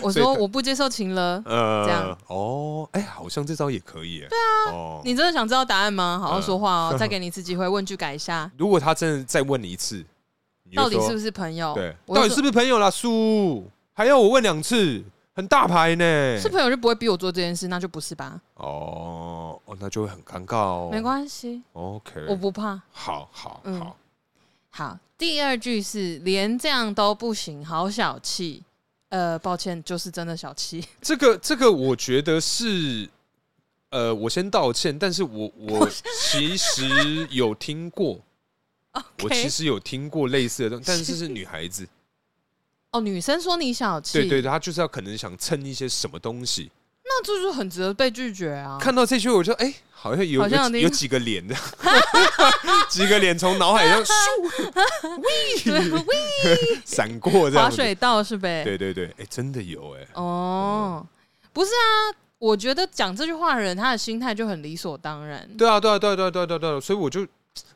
S2: 我
S1: 所以
S2: 说我不接受情了。
S1: 呃，
S2: 这样
S1: 哦，哎、好像这招也可以。对啊，哦，嗯
S2: 你真的想知道答案吗？好好说话哦，再给你一次机会，问句改一下，
S1: 如果他真的再问你一次， 你就
S2: 到底
S1: 说
S2: 是不是朋友？
S1: 对，
S2: 我
S1: 到
S2: 就
S1: 底
S2: 说
S1: 是不是朋友啦？叔，还要我问两次，很大牌呢。
S2: 是朋友就不会逼我做这件事，那就不是吧？
S1: 哦哦，那就会很尴尬哦。
S2: 没关系，
S1: ，OK，
S2: 我不怕。
S1: 好好
S2: 嗯
S1: 好，
S2: 好，第二句是连这样都不行，好小气。呃，抱歉，就是真的小气。
S1: 这个这个，我觉得是。呃，我先道歉，但是我 我其实有听过，我其
S2: OK，
S1: 实有听过类似的东西，但是是女孩子，
S2: 哦，女生说你小气，
S1: 对对，对，她就是要可能想蹭一些什么东西，
S2: 那这就很值得被拒绝啊。
S1: 看到这句我就哎、好像有
S2: 好像
S1: 有
S2: 有
S1: 几
S2: 听
S1: 有几个脸的，几个脸从脑海上
S2: 对，
S1: 咻
S2: 喂
S1: 闪 过这
S2: 滑
S1: 样子，
S2: 水道是呗？
S1: 对对对，哎、真的有哎、
S2: 哦，不是啊，我觉得讲这句话的人，他的心态就很理所当然。
S1: 对啊对啊对啊对啊对啊对啊对啊，所以我就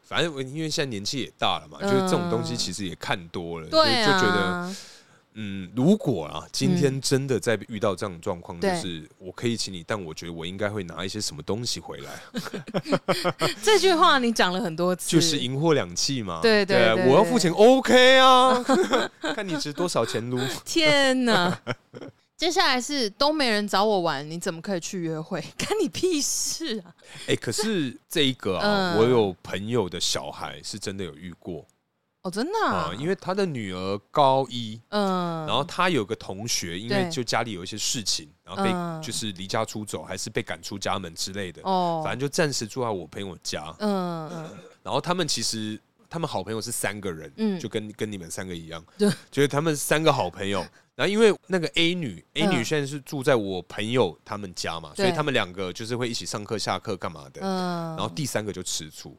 S1: 反正我因为现在年纪也大了嘛，就是这种东西
S2: 嗯
S1: 其实也看多了，所以
S2: 对
S1: 就觉得
S2: 啊，
S1: 嗯，如果啊，今天真的在遇到这样的状况，就
S2: 对
S1: 是我可以请你，但我觉得我应该会拿一些什么东西回来，
S2: 这句话你讲了很多次，
S1: 就是赢货两气嘛。
S2: 对对
S1: 对啊
S2: 对
S1: 我要付钱，OK 啊，看你值多少钱撸。
S2: 天哪！接下来是都没人找我玩，你怎么可以去约会？ 干你屁事啊！
S1: 哎、可是这一个啊，
S2: 嗯
S1: 我有朋友的小孩是真的有遇过
S2: 哦，真的
S1: 啊、，
S2: 啊
S1: 因为他的女儿高一，
S2: 嗯，
S1: 然后他有个同学，因为
S2: 对
S1: 就家里有一些事情，然后被、
S2: 嗯
S1: 就是离家出走，还是被赶出家门之类的，
S2: 哦，
S1: 反正就暂时住在我朋友家。
S2: 嗯嗯
S1: 然后他们其实他们好朋友是三个人，
S2: 嗯
S1: 就跟跟你们三个一样，
S2: 对
S1: 就是他们三个好朋友。然后因为那个 A 女，A
S2: 嗯
S1: 女现在是住在我朋友他们家嘛，所
S2: 对
S1: 以他们两个就是会一起上课、下课干嘛的。
S2: 嗯，
S1: 然后第三个就吃醋，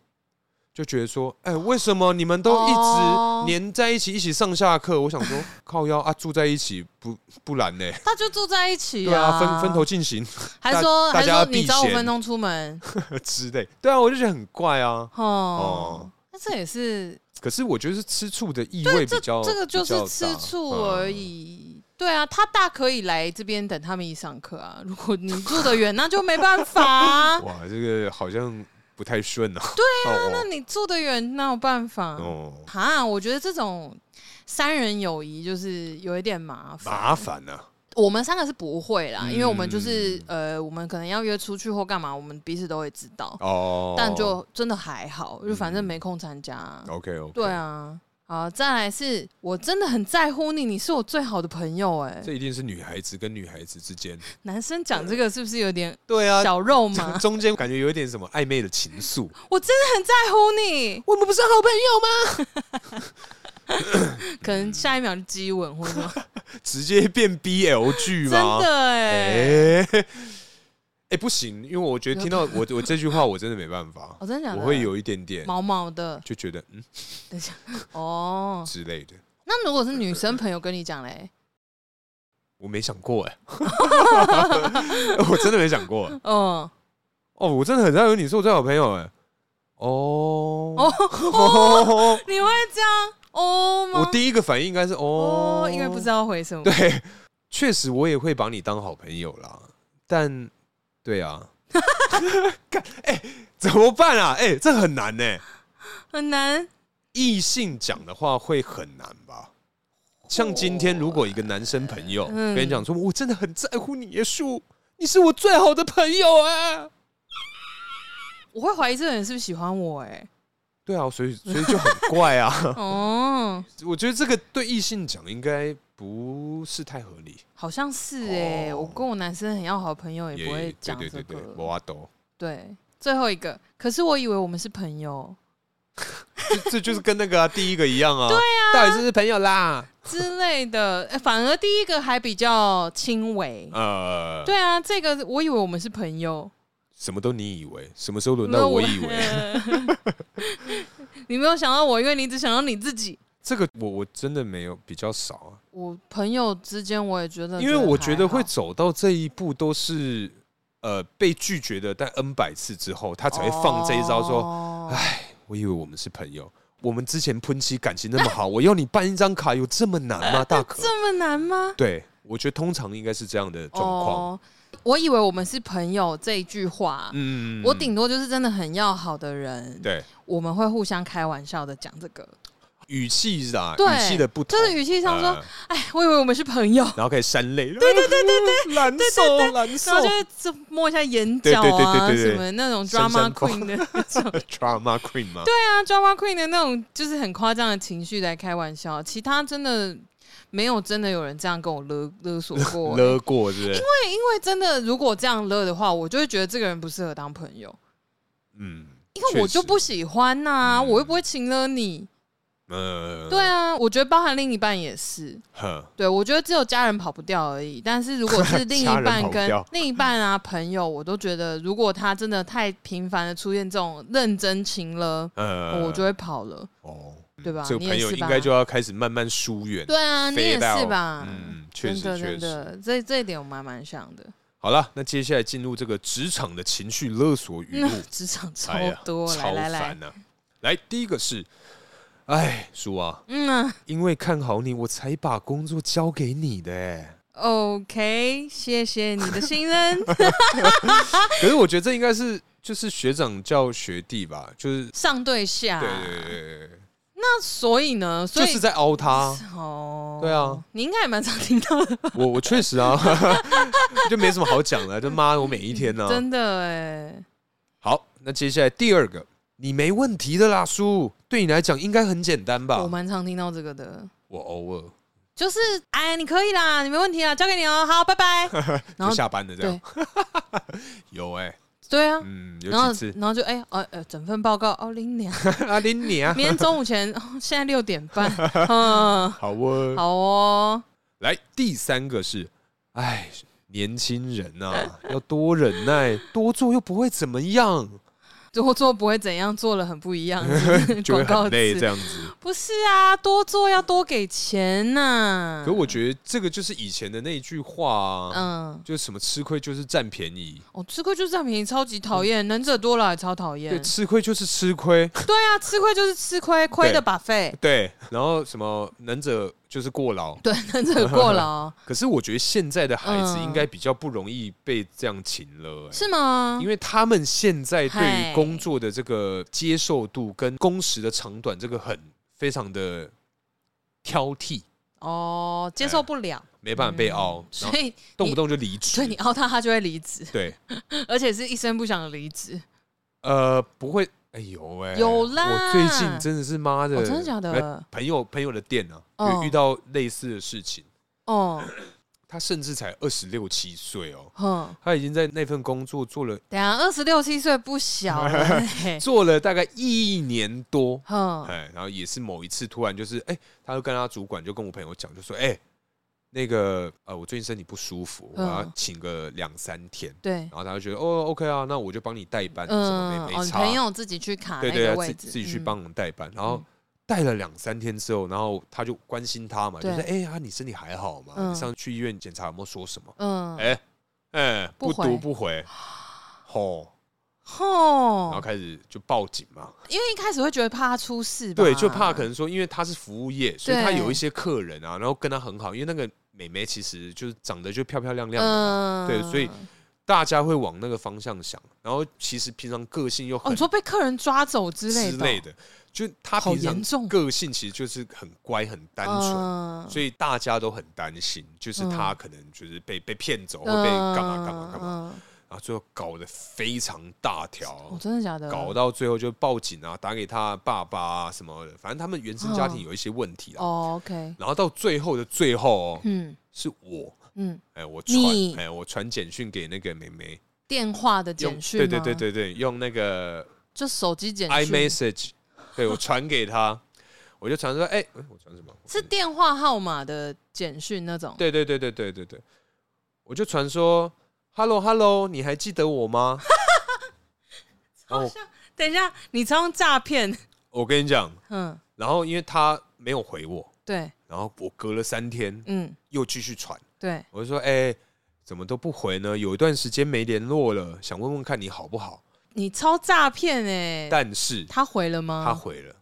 S1: 就觉得说，哎，为什么你们都一
S2: 哦
S1: 直黏在一起，一起上下课？我想说， 靠腰啊，住在一起不不然呢？
S2: 他就住在一起
S1: 对啊，分分头进行
S2: 还说
S1: 大
S2: 还
S1: 大家
S2: 说
S1: 要避
S2: 你早五
S1: 嫌
S2: 分钟出门，
S1: 之类。对啊，我就觉得很怪啊。
S2: 哦，那这也是
S1: 可是我觉得是吃醋的意味比较，
S2: 这个就
S1: 比较
S2: 是
S1: 大
S2: 吃醋
S1: 嗯。
S2: 而已。对啊，他大可以来这边等他们一起上课啊。如果你住得远，那就没办法、啊
S1: 哇，这个好像不太顺啊。对啊，
S2: 那你住得远，哪有办法？
S1: 哦，
S2: 啊，我觉得这种三人友谊就是有一点麻烦。
S1: 麻烦啊。
S2: 我们三个是不会啦，因为我
S1: 嗯
S2: 们就是呃，我们可能要约出去或干嘛，我们彼此都会知道。
S1: 哦，嗯
S2: 但就真的还好，就反正没空参加。
S1: OK OK，
S2: 对，啊，好，再来是我真的很在乎你，你是我最好的朋友、哎，
S1: 这一定是女孩子跟女孩子之间。
S2: 男生讲这个是不是有点
S1: 对啊，
S2: 小肉
S1: 中
S2: 麻？
S1: 中间感觉有一点什么暧昧的情愫。
S2: 我真的很在乎你，
S1: 我们不是好朋友
S2: 可能下一秒就激吻或者什 么，
S1: 吗？直接变 BL 剧
S2: 真
S1: 吗？
S2: 的哎、
S1: 哎哎，不行，因为我觉得听到我我这句话，我真的没办法
S2: 哦我、，真的假的？
S1: 我会有一点点
S2: 毛毛的
S1: 就觉得嗯
S2: 哦。
S1: 之类的，
S2: 那如果是女生朋友跟你讲嘞，
S1: 我没想过哎， 我真的没想过。
S2: 嗯，
S1: 哦，我真的很在乎你，是我最好朋友哎。哦
S2: 哦
S1: 哦，
S2: 你会这样哦
S1: 我
S2: 吗？
S1: 第一个反应应该是哦
S2: 哦，，因为不知道回什么。
S1: 对，确实我也会把你当好朋友啦，但对 啊，干哎、怎么办啊？哎、这很难呢、
S2: 很难。
S1: 异性讲的话会很难吧？像今天，如果一个男生朋友
S2: 嗯
S1: 跟你讲说：“我真的很在乎你耶，树，你是我最好的朋友啊。
S2: 我会怀疑这个人是不是喜欢 我、哎，”
S1: 对啊，所以所以就很怪啊。
S2: 哦，
S1: 我觉得这个对异性讲应该不是太合理，
S2: 好像是哎、
S1: 哦
S2: 我跟我男生很要好的朋友也不会讲
S1: 对
S2: 这
S1: 对对
S2: 个。
S1: 对，我啊懂，
S2: 对，最后一个，可是我以为我们是朋友。
S1: 这这就是跟那个啊、第一个一样啊，对啊，到底是不是朋友啦？
S2: 之 类的，呃反而第一个还比较轻微。
S1: 呃，
S2: 对啊，这个我以为我们是朋友，
S1: 什么都你以为，什么时候轮到我以为？
S2: 为。你没有想到我， 因为你只想到你自己。
S1: 这个我我真的没有比较少啊，
S2: 我朋友之间，我也呃觉得，
S1: 因为我觉得会
S2: 还好
S1: 走到这一步都是呃被拒绝的，但 N 百次之后，他才会放这一招说，
S2: 哦
S1: 我以为我们是朋友，我们之前喷漆感情那么好，我要你办一张卡有这么难吗？大可，
S2: 这么难吗？
S1: 对我觉得通常应该是这样的状况。
S2: 哦，我以为我们是朋友这一句话，
S1: 嗯
S2: 我顶多就是真的很要好的人，
S1: 对
S2: 我们会互相开玩笑的讲这个，
S1: 语气啊，
S2: 对
S1: 语气的不同，
S2: 就是语气上说
S1: 呃，
S2: 哎， 我以为我们是朋友，
S1: 然后可以删泪，对对对对对，难受难受
S2: 然后就会这摸一下眼角
S1: 对对
S2: 啊，
S1: 对对对
S2: 什么那种
S1: 神
S2: drama
S1: 神功
S2: queen 的 那种，对
S1: ，drama queen 嘛，
S2: 啊，drama queen 的那种，就是很夸张的情绪来开玩笑，其他真的没有真的有人这样跟我勒勒索 过、
S1: 勒过是不是？
S2: 对，因为真的如果这样勒的话，我就会觉得这个人不适合当朋友，
S1: 嗯，
S2: 因为我就不喜欢呐、
S1: 嗯
S2: 我又不会请了你。
S1: 呃，
S2: 对啊，我觉得包含另一半也是。
S1: 哼，
S2: 对，我觉得只有家人跑不掉而已。但是如 果是另一
S1: 家人跑
S2: 半
S1: 不
S2: 跟
S1: 掉
S2: 另一半啊朋友，我都觉得如果他真的太频繁的出现这种认真情了，
S1: 呃，
S2: 我就会跑了，
S1: 哦，嗯
S2: 对吧
S1: 这个
S2: 你
S1: 朋
S2: 也
S1: 友
S2: 是
S1: 应
S2: 吧
S1: 该就要开始慢慢疏远，
S2: 对啊，你也
S1: fade
S2: 是
S1: out，
S2: 吧？
S1: 嗯，确
S2: 真
S1: 实
S2: 的
S1: 确
S2: 真
S1: 实。
S2: 的，这这一点我蛮蛮像的。
S1: 好了，那接下来进入这个职场的情绪勒索语 录，
S2: 职场超
S1: 哎呀
S2: 多，来
S1: 超
S2: 来来
S1: 烦，呐！来，第一个是，哎，叔啊，
S2: 嗯啊
S1: 因为看好你，我才把工作交给你的哎。
S2: ，OK，谢谢你的 信任。
S1: 可是我觉得这应该是就是学长叫学弟吧， 就是
S2: 上对下，
S1: 对对对对对，
S2: 那所以呢，啊所
S1: 就
S2: 以
S1: 是在凹 他。
S2: 哦，
S1: 对啊，
S2: 你应该也蛮常听到的，
S1: 我我确实啊， 就没什么好讲的，就妈我每一天呢、
S2: 真的哎，
S1: 好，那接下来第二个，你没问题的啦，叔，对你来讲应该很简单吧
S2: 我？蛮常听到这个的。
S1: 我偶尔
S2: 就是哎，你可以啦，你没问题啦，交给你哦，好，拜 拜。然
S1: 就
S2: 后
S1: 下班了这样
S2: 对。
S1: 有哎、
S2: 对啊，
S1: 嗯，
S2: 然后
S1: 有几次
S2: 然后就哎哦呃，整份报告哦，林娘，
S1: 阿林你 啊，
S2: 明天中午前，哦现在六点 半，嗯，
S1: 好哦。
S2: 好哦，
S1: 来，第三个是，哎，年轻人啊， 要多忍耐，多做又不会怎么样，
S2: 多做不会怎样，做了很不一样，是
S1: 就会
S2: 广告
S1: 很累
S2: 词
S1: 这样子。
S2: 不是啊，多做要多给钱呐、
S1: 可我觉得这个就是以前的那一句话啊，
S2: 嗯，
S1: 就是什么吃亏就是占便宜，
S2: 哦，吃亏就是占便宜，超级讨厌，能者多劳也超
S1: 嗯
S2: 讨
S1: 对，
S2: 厌。
S1: 吃亏就是吃亏，
S2: 对啊，吃亏就是吃亏，亏的把费。
S1: 对，然后什么能者就是过劳。
S2: 对， 能者 过劳
S1: 可是我觉得现在的孩子
S2: 嗯
S1: 应该比较不容易被这样擒了、欸。
S2: 是吗
S1: 因？为他们现在对于
S2: 嗨
S1: 工作的这个接受度跟工时的长短，这个很非常的挑剔，
S2: 哦，接受不了，
S1: 没办法被熬，哎然
S2: 嗯所
S1: 后
S2: 以
S1: 动不动就离职
S2: 所以。你凹他，他就会离职，
S1: 对，
S2: 而且是一声不响的离职。
S1: 呃，不会，哎呦喂，
S2: 有啦
S1: 我最近真的是妈的，
S2: 哦，真的假
S1: 呃？
S2: 的？
S1: 朋友朋友的店呢、啊，
S2: 哦
S1: 有遇到类似的事情，
S2: 哦，
S1: 他甚至才二十六七岁哦，
S2: 哼，
S1: 他已经在那份工作做了
S2: 等一下二十六七岁不 小了、嘿
S1: 做了大概一年多，
S2: 哼，
S1: 哎，然后也是某一次突然就是，哎、他就跟他主管就跟我朋友讲，就说，哎、那个呃，我最近身体不舒服，我
S2: 嗯
S1: 要请个两三天。
S2: 对，
S1: 然后他就觉得，哦，OK 啊，那我就帮你代班，什
S2: 嗯
S1: 么，没
S2: 哦，
S1: 没
S2: 你
S1: 差，
S2: 朋友自己去卡
S1: 对
S2: 那
S1: 对
S2: 个
S1: 啊，
S2: 位
S1: 自
S2: 置，
S1: 自己去
S2: 嗯
S1: 帮我代班，然后
S2: 嗯。
S1: 带了两三天之后，然后他就关心他嘛，就
S2: 对
S1: 是哎呀，你身体还好吗？你
S2: 嗯
S1: 上去医院检查有没有说什么？
S2: 嗯，
S1: 哎哎，
S2: 不
S1: 不读
S2: 回哦
S1: 不回，吼，然后
S2: 吼，
S1: 开始就报警嘛。
S2: 因为一开始会觉得怕他出事吧，
S1: 对，就怕可能说，因为他是服务业，所以他有一些客人啊，然后跟他很好，因为那个美眉其实就是长得就漂漂亮亮的，
S2: 嗯
S1: 对所以大家会往那个方向想。然后其实平常个性又
S2: 哦，
S1: 很
S2: 你说被客人抓走之类
S1: 之
S2: 的哦，
S1: 类的，就他
S2: 好
S1: 平
S2: 严
S1: 常
S2: 重，
S1: 个性其实就是很乖、很单纯，
S2: 嗯
S1: 所以大家都很担心，就是他可能就是被被骗走，或被干嘛干嘛干嘛，
S2: 嘛，
S1: 然后最后搞得非常大
S2: 嗯哦
S1: 条，。
S2: 真的假的？
S1: 搞到最后就报警啊，打给他爸爸啊什么的，反正他们原生家庭
S2: 嗯
S1: 有一些问题啊。
S2: 哦，OK，
S1: 然后到最后的最后哦，
S2: 嗯
S1: 是我，
S2: 嗯，
S1: 哎，我传，
S2: 你
S1: 哎，我传简讯给那个妹妹，
S2: 电话的
S1: 用
S2: 简讯，
S1: 对对对，对对，用那个
S2: 就手机简讯
S1: iMessage，对我传给她， 我就传说，哎、哎我传什么？
S2: 是电话号码的简讯那种。
S1: 对对对对对对对，我就传说，Hello Hello，你还记得我吗？ 然后
S2: 超像。等一下，你超像诈骗。
S1: 我跟你讲，
S2: 嗯，
S1: 然后因为他没有回我，
S2: 对，
S1: 然后我隔了三天
S2: 嗯，
S1: 又继续传，
S2: 对，
S1: 我就说，哎、怎么都不回呢？有一段时间没联络了，想问问看你好不好？
S2: 你超诈骗哎。
S1: 但是
S2: 他回了吗？
S1: 他回了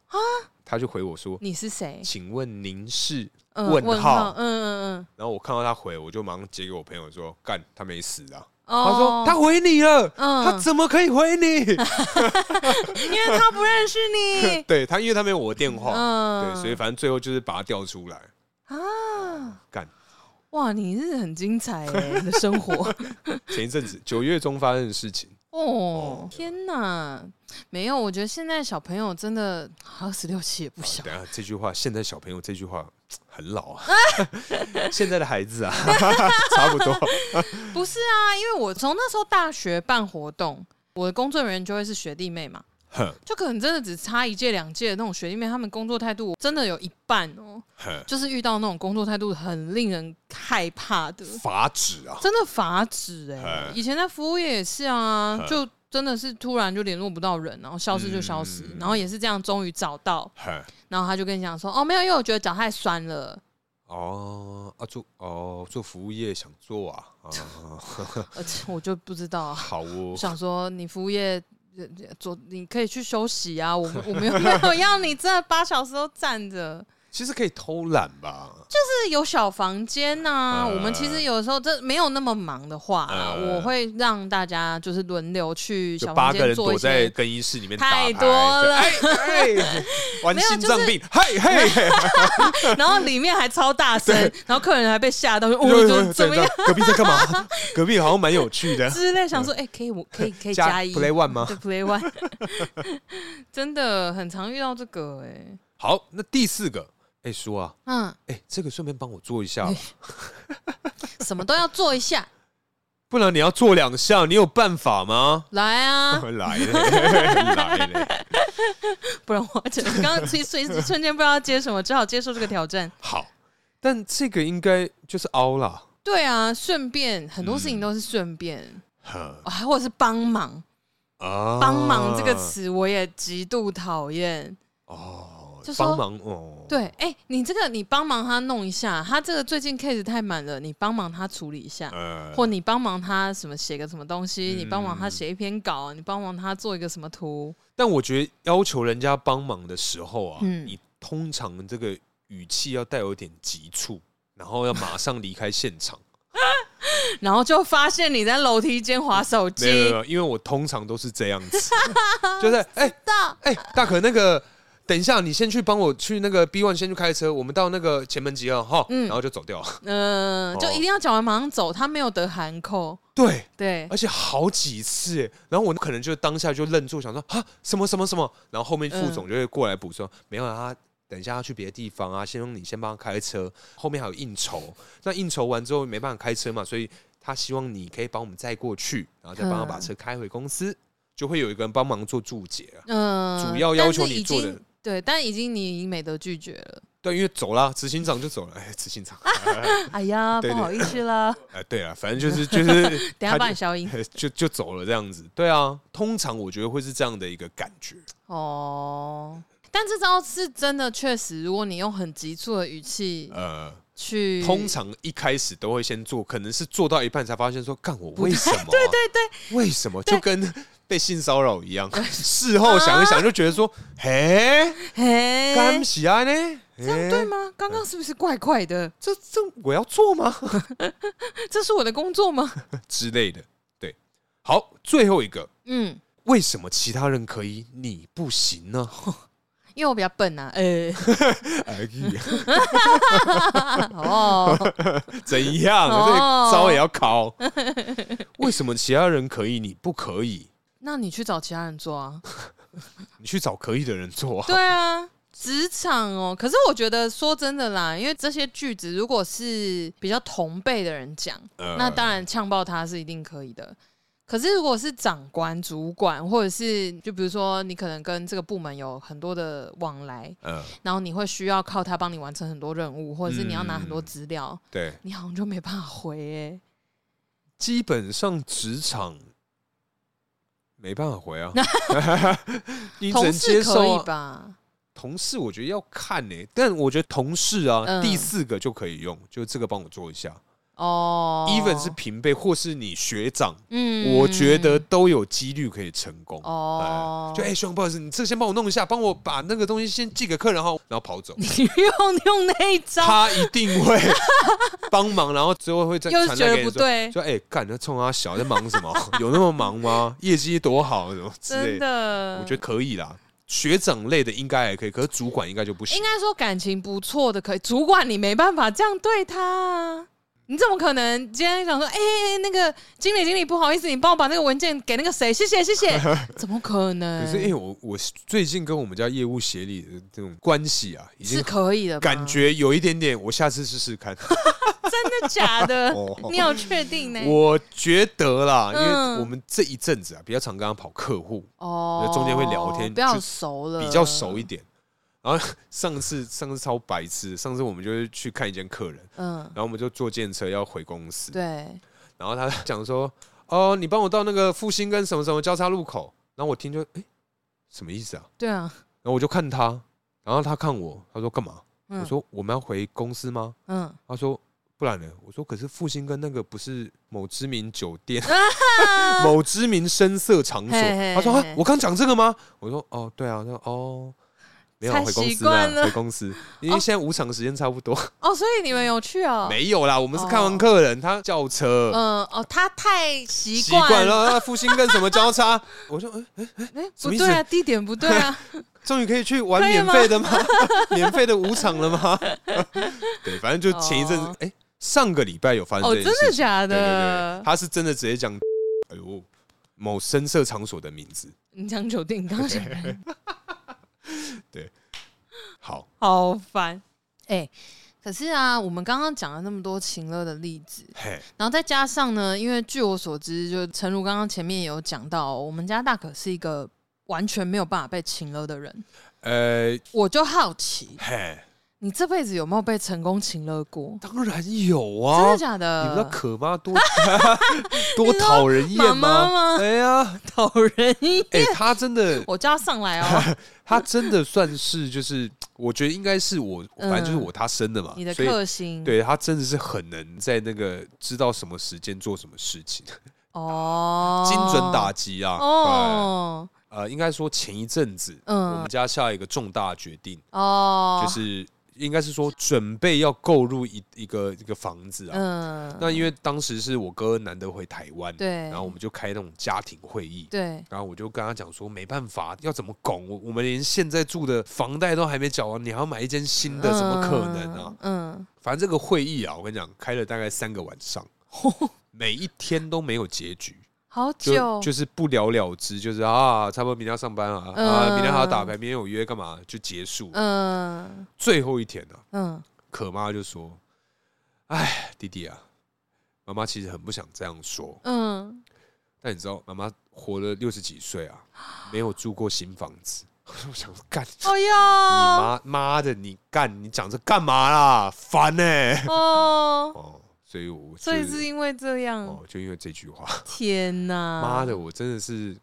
S1: 他就回我说，
S2: 嗯啊你是谁？
S1: 请问您是？
S2: 嗯
S1: 问号
S2: 嗯嗯嗯。
S1: 然后我看到他回，我就马上截给我朋友说，干，他没死啊！
S2: 哦
S1: 他说他回你了，
S2: 嗯
S1: 他怎么可以回你？
S2: 因为他不认识 你。
S1: 对他，因为他没有我的电话，
S2: 哎嗯
S1: 对，所以反正最后就是把他调出来。
S2: 啊，
S1: 干，
S2: 哇，你是很精彩哎，你的生 活
S1: 前一阵子九月中发生的事情，
S2: 哦，天哪，没有，我觉得现在小朋友真的二十六七也不 小，
S1: 等一下这句话，现在小朋友这句话很老 啊，现在的孩子啊，差不多。
S2: 不是啊，因为我从那时候大学办活动，我的工作人员就会是学弟妹嘛，
S1: 哼
S2: 就可能真的只差一届两届的那种学弟妹，他们工作态度真的有一半哦，
S1: 哼，
S2: 就是遇到那种工作态度很令人害怕的，
S1: 法旨啊，
S2: 真的法指哎、
S1: 哎
S2: 以前在服务业也是啊
S1: 哎，
S2: 就真的是突然就联络不到人，然后消失就消失，
S1: 嗯
S2: 然后也是这样，终于找到，
S1: 哼，
S2: 然后他就跟你讲说，哦，没有，因为我觉得脚太酸了，
S1: 哦啊做哦做服务业想做啊， 啊
S2: 呃，我就不知道、啊，
S1: 好哦
S2: 我，想说你服务业。呃做你可以去休息啊，我 我没有没有要你真的八小时都站着，
S1: 其实可以偷懒吧，
S2: 就是有小房间呐、
S1: 哎
S2: 我们其实有时候这没有那么忙的话啦，
S1: 哎
S2: 我会让大家就是轮流去
S1: 就
S2: 小
S1: 八
S2: 房
S1: 个
S2: 间
S1: 人
S2: 做
S1: 躲
S2: 一
S1: 在
S2: 些
S1: 更衣室里面打
S2: 太
S1: 牌
S2: 多了
S1: 对哎哎玩
S2: 没有
S1: 心
S2: 就是
S1: 脏病，嘿嘿嘿，
S2: 然后里面还超大声，然后客人还被吓到，说哦，
S1: 对
S2: 怎
S1: 对
S2: 么怎么样
S1: 对隔壁在干嘛？隔壁好像蛮有趣 的，
S2: 之类，想说哎、可以我可以可以加一
S1: play one 吗？
S2: 对 play one，真 的很常遇到这个哎、
S1: 好，那第四个，哎、叔啊，
S2: 嗯，
S1: 哎、这个顺便帮我做一下吧，
S2: 什么都要做一下，
S1: 不然你要做两项，你有办法吗？
S2: 来 啊，
S1: 来嘞，来嘞，
S2: 不然我真的刚刚瞬瞬瞬间不知道接什么，只好接受这个挑战。
S1: 好，但这个应该就是凹啦，
S2: 对啊，顺便很多事情都是顺便、
S1: 呵
S2: 啊，或者是帮忙。
S1: 啊
S2: 帮忙这个词我也极度讨厌。
S1: 哦
S2: 就，
S1: 帮
S2: 说
S1: 忙哦，
S2: 对，哎、你这个你帮忙他弄一下，他这个最近 case 太满了，你帮忙他处理一下。
S1: 呃
S2: 或你帮忙他什么写个什么东西，你帮忙他
S1: 嗯
S2: 写一篇稿，你帮忙他做一个什么图，
S1: 但我觉得要求人家帮忙的时候啊，
S2: 嗯
S1: 你通常这个语气要带有点急促，然后要马上离开现场。
S2: 然后就发现你在楼梯间划手
S1: 没有没有没
S2: 机，
S1: 有，因为我通常都是这样 子，就是哎
S2: 道
S1: 哎、大可那个。等一下，你先去帮我去那个 B one 先去开车，我们到那个前门集合哈，
S2: 嗯
S1: 然后就走掉。
S2: 嗯、就
S1: 哦
S2: 一定要讲完马上走，他没有得喊扣，
S1: 对，
S2: 对，
S1: 而且好几次哎，然后我可能就当下就愣住，想说啊什么什么什么，然后后面副
S2: 嗯
S1: 总就会过来补说、没有啊，他等一下要去别的地方啊，先让你先帮他开车，后面还有应酬，那应酬完之后没办法开车嘛，所以他希望你可以帮我们载过去，然后再帮他把
S2: 嗯
S1: 车开回公司，就会有一个人帮忙做注解啊。
S2: 嗯、
S1: 主要要求
S2: 但是
S1: 你
S2: 已
S1: 做的
S2: 经对，但已经你已经没得拒绝了，
S1: 对，因为走啦，执行长就走了，哎，执行长，
S2: 哎呀，
S1: 对
S2: 不好意思 啦，
S1: 哎，对啊，反正就是就是， 他
S2: 等一下
S1: 就
S2: 帮你消 音
S1: 就就走了这样子。对啊，通常我觉得会是这样的一个感觉。
S2: 哦。但这招是真的，确实，如果你用很急促的语气
S1: 呃，
S2: 去，
S1: 通常一开始都会先做，可能是做到一半才发现说，干我为什么、啊？ 对对对，为什么就跟被性骚扰一样？ 事后想一想，就觉得说， 嘿，
S2: 嘿，
S1: 干喜啊呢？
S2: 这样对
S1: 嘿
S2: 吗？刚刚是不是怪怪的？
S1: 这这我要做吗？
S2: 这是我的工作吗？
S1: 之类的。对，好，最后一个，
S2: 嗯，
S1: 为什么其他人可以，你不行呢？
S2: 因为我比较笨啊。呃，
S1: 哎呀，
S2: 哦，
S1: 怎样？啊
S2: 哦
S1: 这个招也要 考？为什么其他人可以，你不可以？
S2: 那你去找其他人做啊。
S1: 你去找可以的人做啊。
S2: 对啊，职场哦。可是我觉得说真的啦，因为这些句子如果是比较同辈的人讲，
S1: 呃
S2: 那当然呛爆他是一定可以的。可是如果是长官、主管，或者是就比如说你可能跟这个部门有很多的往来，
S1: 嗯，
S2: 然后你会需要靠他帮你完成很多任务，或者是你要拿很
S1: 嗯
S2: 多资料，
S1: 对，
S2: 你好像就没办法回哎、
S1: 基本上职场没办法回 啊，你只
S2: 同
S1: 能接
S2: 事可
S1: 受
S2: 以
S1: 啊、
S2: 吧？
S1: 同事我觉得要看呢、但我觉得同事啊，
S2: 嗯
S1: 第四个就可以用，就这个帮我做一下。
S2: 哦
S1: 啊 even 是平辈或是你学长，
S2: 嗯
S1: 我觉得都有几率可以成功。
S2: 哦，
S1: 就哎，兄、弟，不好意思，你这个先帮我弄一下，帮我把那个东西先寄给客人哈，然后跑走。
S2: 你用用那一招，
S1: 他一定会帮忙，然后最后会再
S2: 又
S1: 传
S2: 觉
S1: 来
S2: 得
S1: 给
S2: 不
S1: 你说，
S2: 对，
S1: 说哎，干、那冲他小在忙什么？ 有那么忙吗？业绩多好，什么之类
S2: 真的，
S1: 我觉得可以啦。学长类的应该还可以，可是主管应该就不行
S2: 应。该说感情不错的可以，主管你没办法这样对他啊。你怎么可能今天想说，哎、那个经理经理不好意思，你帮我把那个文件给那个谁，谢谢谢 谢，怎么可能？
S1: 可是因为我我最近跟我们家业务协理的这种关系啊，已
S2: 是
S1: 经
S2: 可以的吧，
S1: 感觉有一点点，我下次试试 看。
S2: 真的假的？
S1: 哦
S2: 你有确定呢？
S1: 我觉得啦，因
S2: 嗯
S1: 为我们这一阵子啊，比较常跟他跑客户，
S2: 哦
S1: 中间会聊天
S2: 比较
S1: 就
S2: 熟了，
S1: 比较熟一点。然后 上次上次超白痴，上次我们就是去看一间客人，
S2: 嗯
S1: 然，后我们就坐电车要回公司，
S2: 对，
S1: 然后他讲说：“哦，你帮我到那个复兴跟什么什么交叉路口。”然后我听就哎，什么意思啊？
S2: 对啊，
S1: 然后我就看他，然后他看我，他说干嘛？
S2: 嗯
S1: 我说我们要回公司吗？
S2: 嗯，
S1: 他说不然呢？我说可是复兴跟那个不是某知名酒店、 某知名深色场所。
S2: 嘿嘿
S1: 他说啊
S2: 嘿，
S1: 我刚讲这个吗？我说哦，对啊，他说哦。没有啊
S2: 太
S1: 回公司
S2: 习惯了
S1: 回公司，因为现在无偿时间差不多，
S2: 哦，所以你们有去 哦？
S1: 没有啦。我们是看完客人，他叫车，
S2: 嗯，哦，他太习
S1: 习
S2: 惯
S1: 惯，了。啊复兴跟什么交叉？ 我说，嗯，
S2: 哎，
S1: 什
S2: 不
S1: 么意
S2: 对啊，地点不 对啊，
S1: 终于可以去玩
S2: 可以
S1: 免
S2: 吗
S1: 费的吗？ 免费的舞场了吗？ 对，反正就前一阵子
S2: 哦，
S1: 哎、上个礼拜有发生
S2: 哦，
S1: 这件
S2: 真
S1: 事
S2: 的
S1: 情
S2: 假
S1: 对对
S2: 的
S1: 对，？他是真的直接讲，哎呦，某深色场所的名字。
S2: 你讲酒店，你刚刚 讲哪里
S1: 好，
S2: 好烦。 哎、可是啊，我们刚刚讲了那么多情乐的例子，
S1: 嘿，
S2: 然后再加上呢，因为据我所知，就诚如刚刚前面也有讲到，我们家大可是一个完全没有办法被情乐的人，
S1: 呃，
S2: 我就好奇，
S1: 嘿，
S2: 你这辈子有没有被成功情乐过？
S1: 当然有
S2: 真
S1: 啊
S2: 的。
S1: 你
S2: 假
S1: 不知道
S2: 的？
S1: 可妈 多 多讨人厌吗？
S2: 妈妈吗？
S1: 哎呀，
S2: 讨人厌！
S1: 哎，他真的，
S2: 我叫他上 来哦，
S1: 他真的算是就是，我觉得应该是我，
S2: 嗯
S1: 反正就是我他生的嘛
S2: 你的，
S1: 所以
S2: 克星
S1: 对他真的是很能在那个知道什么时间做什么事情，
S2: 哦，
S1: 精准打击啊！哦，
S2: 哦，
S1: 呃，应该说前一阵子我
S2: 嗯
S1: 们，家下一个重大决定。
S2: 哦，
S1: 就是应该是说准备要购入一一个一个房子啊。
S2: 嗯，
S1: 那因为当时是我哥难得回台湾，
S2: 对，
S1: 然后我们就开那种家庭会议。
S2: 对，
S1: 然后我就跟他讲说，没办法，要怎么拱？我我们连现在住的房贷都还没缴完，你还要买一间新的，怎么可能啊？
S2: 嗯？
S1: 反正这个会议啊，我跟你讲，开了大概三个晚上，
S2: 嗯，
S1: 每一天都没有结局，
S2: 好
S1: 就
S2: 久，
S1: 就是不了了之，就是啊，差不多明天要上班啊，啊，明天还要打牌，明天有约干嘛，就结束。
S2: 嗯
S1: 最后一天啊，
S2: 嗯，
S1: 可妈就说：“哎，弟弟啊，妈妈其实很不想这样说，
S2: 嗯，
S1: 但你知道，妈妈活了六十几岁 啊，没有住过新房子。” 我想说干你
S2: 哎呀，
S1: 妈妈的，你干你讲这干嘛啦？烦呢、
S2: 哦，
S1: 哦，所以我
S2: 所以
S1: 就是
S2: 因为嗯这样，
S1: 哦，就因为这句话，
S2: 天哪，
S1: 妈的，，我真的是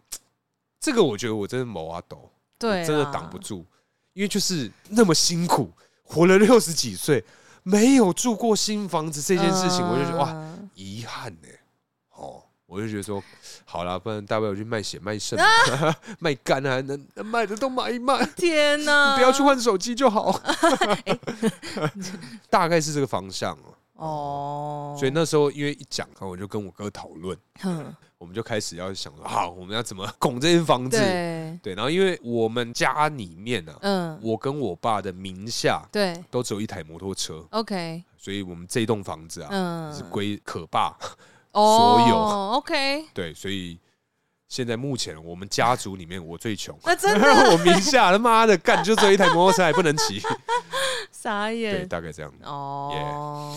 S1: 这个，我觉得我真的某阿斗，
S2: 对，啊
S1: 我真的挡不，住，因为就是那么辛苦，活了六十几岁，没有住过新房子这件事
S2: 嗯
S1: 情，我就觉得哇，
S2: 哇，
S1: 遗憾呢、哦，我就觉得说，好啦，不然大不了去卖血卖肾嘛， 卖肝啊，能能卖的都买一 卖，
S2: 天哪，
S1: 不要去换手机就 好。哎大概是这个方向哦、
S2: 哦，
S1: 所以那时候因为一讲，啊然后我就跟我哥讨论，
S2: 哼，
S1: 我们就开始要想说，好，我们要怎么拱这间房子？
S2: 对，
S1: 对，然后因为我们家里面呢、啊，
S2: 嗯，
S1: 我跟我爸的名下
S2: 对
S1: 都只有一台摩托车，
S2: ，OK，
S1: 所以我们这栋房子啊、
S2: 嗯，
S1: 是归可爸。
S2: 哦
S1: 所有
S2: ，OK，，
S1: 对，所以现在目前我们家族里面我最穷
S2: 那真的
S1: 我名下他妈的干就只有一台摩托车还不能骑，
S2: 傻
S1: 对，
S2: 眼，
S1: 大概这样。
S2: 哦。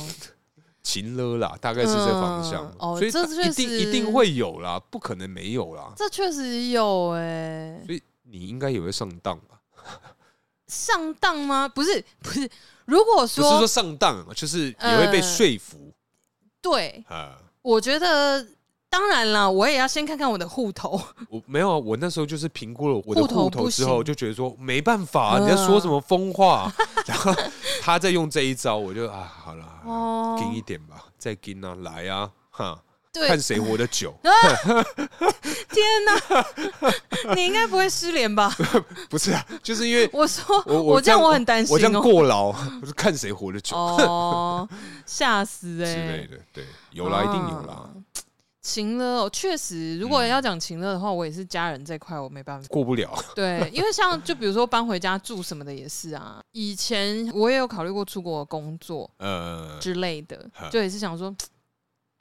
S1: 行了啦，大概是这方向。
S2: 嗯哦
S1: 所以
S2: 这确
S1: 一定
S2: 实
S1: 一定会有啦，不可能没有啦。
S2: 这确实有哎、
S1: 所以你应该也会上当吧？
S2: 上当吗？不是不是，如果
S1: 不是
S2: 说嗯
S1: 说上当，就是也会被说服
S2: 对，
S1: 啊。
S2: 我觉得当然啦，我也要先看看我的户头。
S1: 我没有啊，我那时候就是评估了我的
S2: 户头
S1: 户头
S2: 不
S1: 之后，
S2: 行
S1: 就觉得说没办法、
S2: 嗯
S1: 你在说什么疯话？ 然后他在用这一招，我就啊，好了，好啦
S2: 哦，
S1: 紧一点吧，再紧啊，来啊，哈，
S2: 对，
S1: 看谁活得 久。
S2: 天哪，你应该不会失联吧？
S1: 不是啊，就是因为
S2: 我说
S1: 我
S2: 我这样我很担心
S1: 我这样
S2: 哦。
S1: 过劳，我是看谁活得久、
S2: 哦，吓死哎、
S1: 之类的。对，有啦，一定有啦嗯
S2: 啊，。情乐哦，确实，如果要讲情乐的话，我也是家人这块我 没办法。
S1: 过不了。
S2: 对，因为像就比如说搬回家住什么的也是啊。以前我也有考虑过出国工作
S1: 呃，
S2: 之类 的
S1: 嗯，
S2: 就也是想说，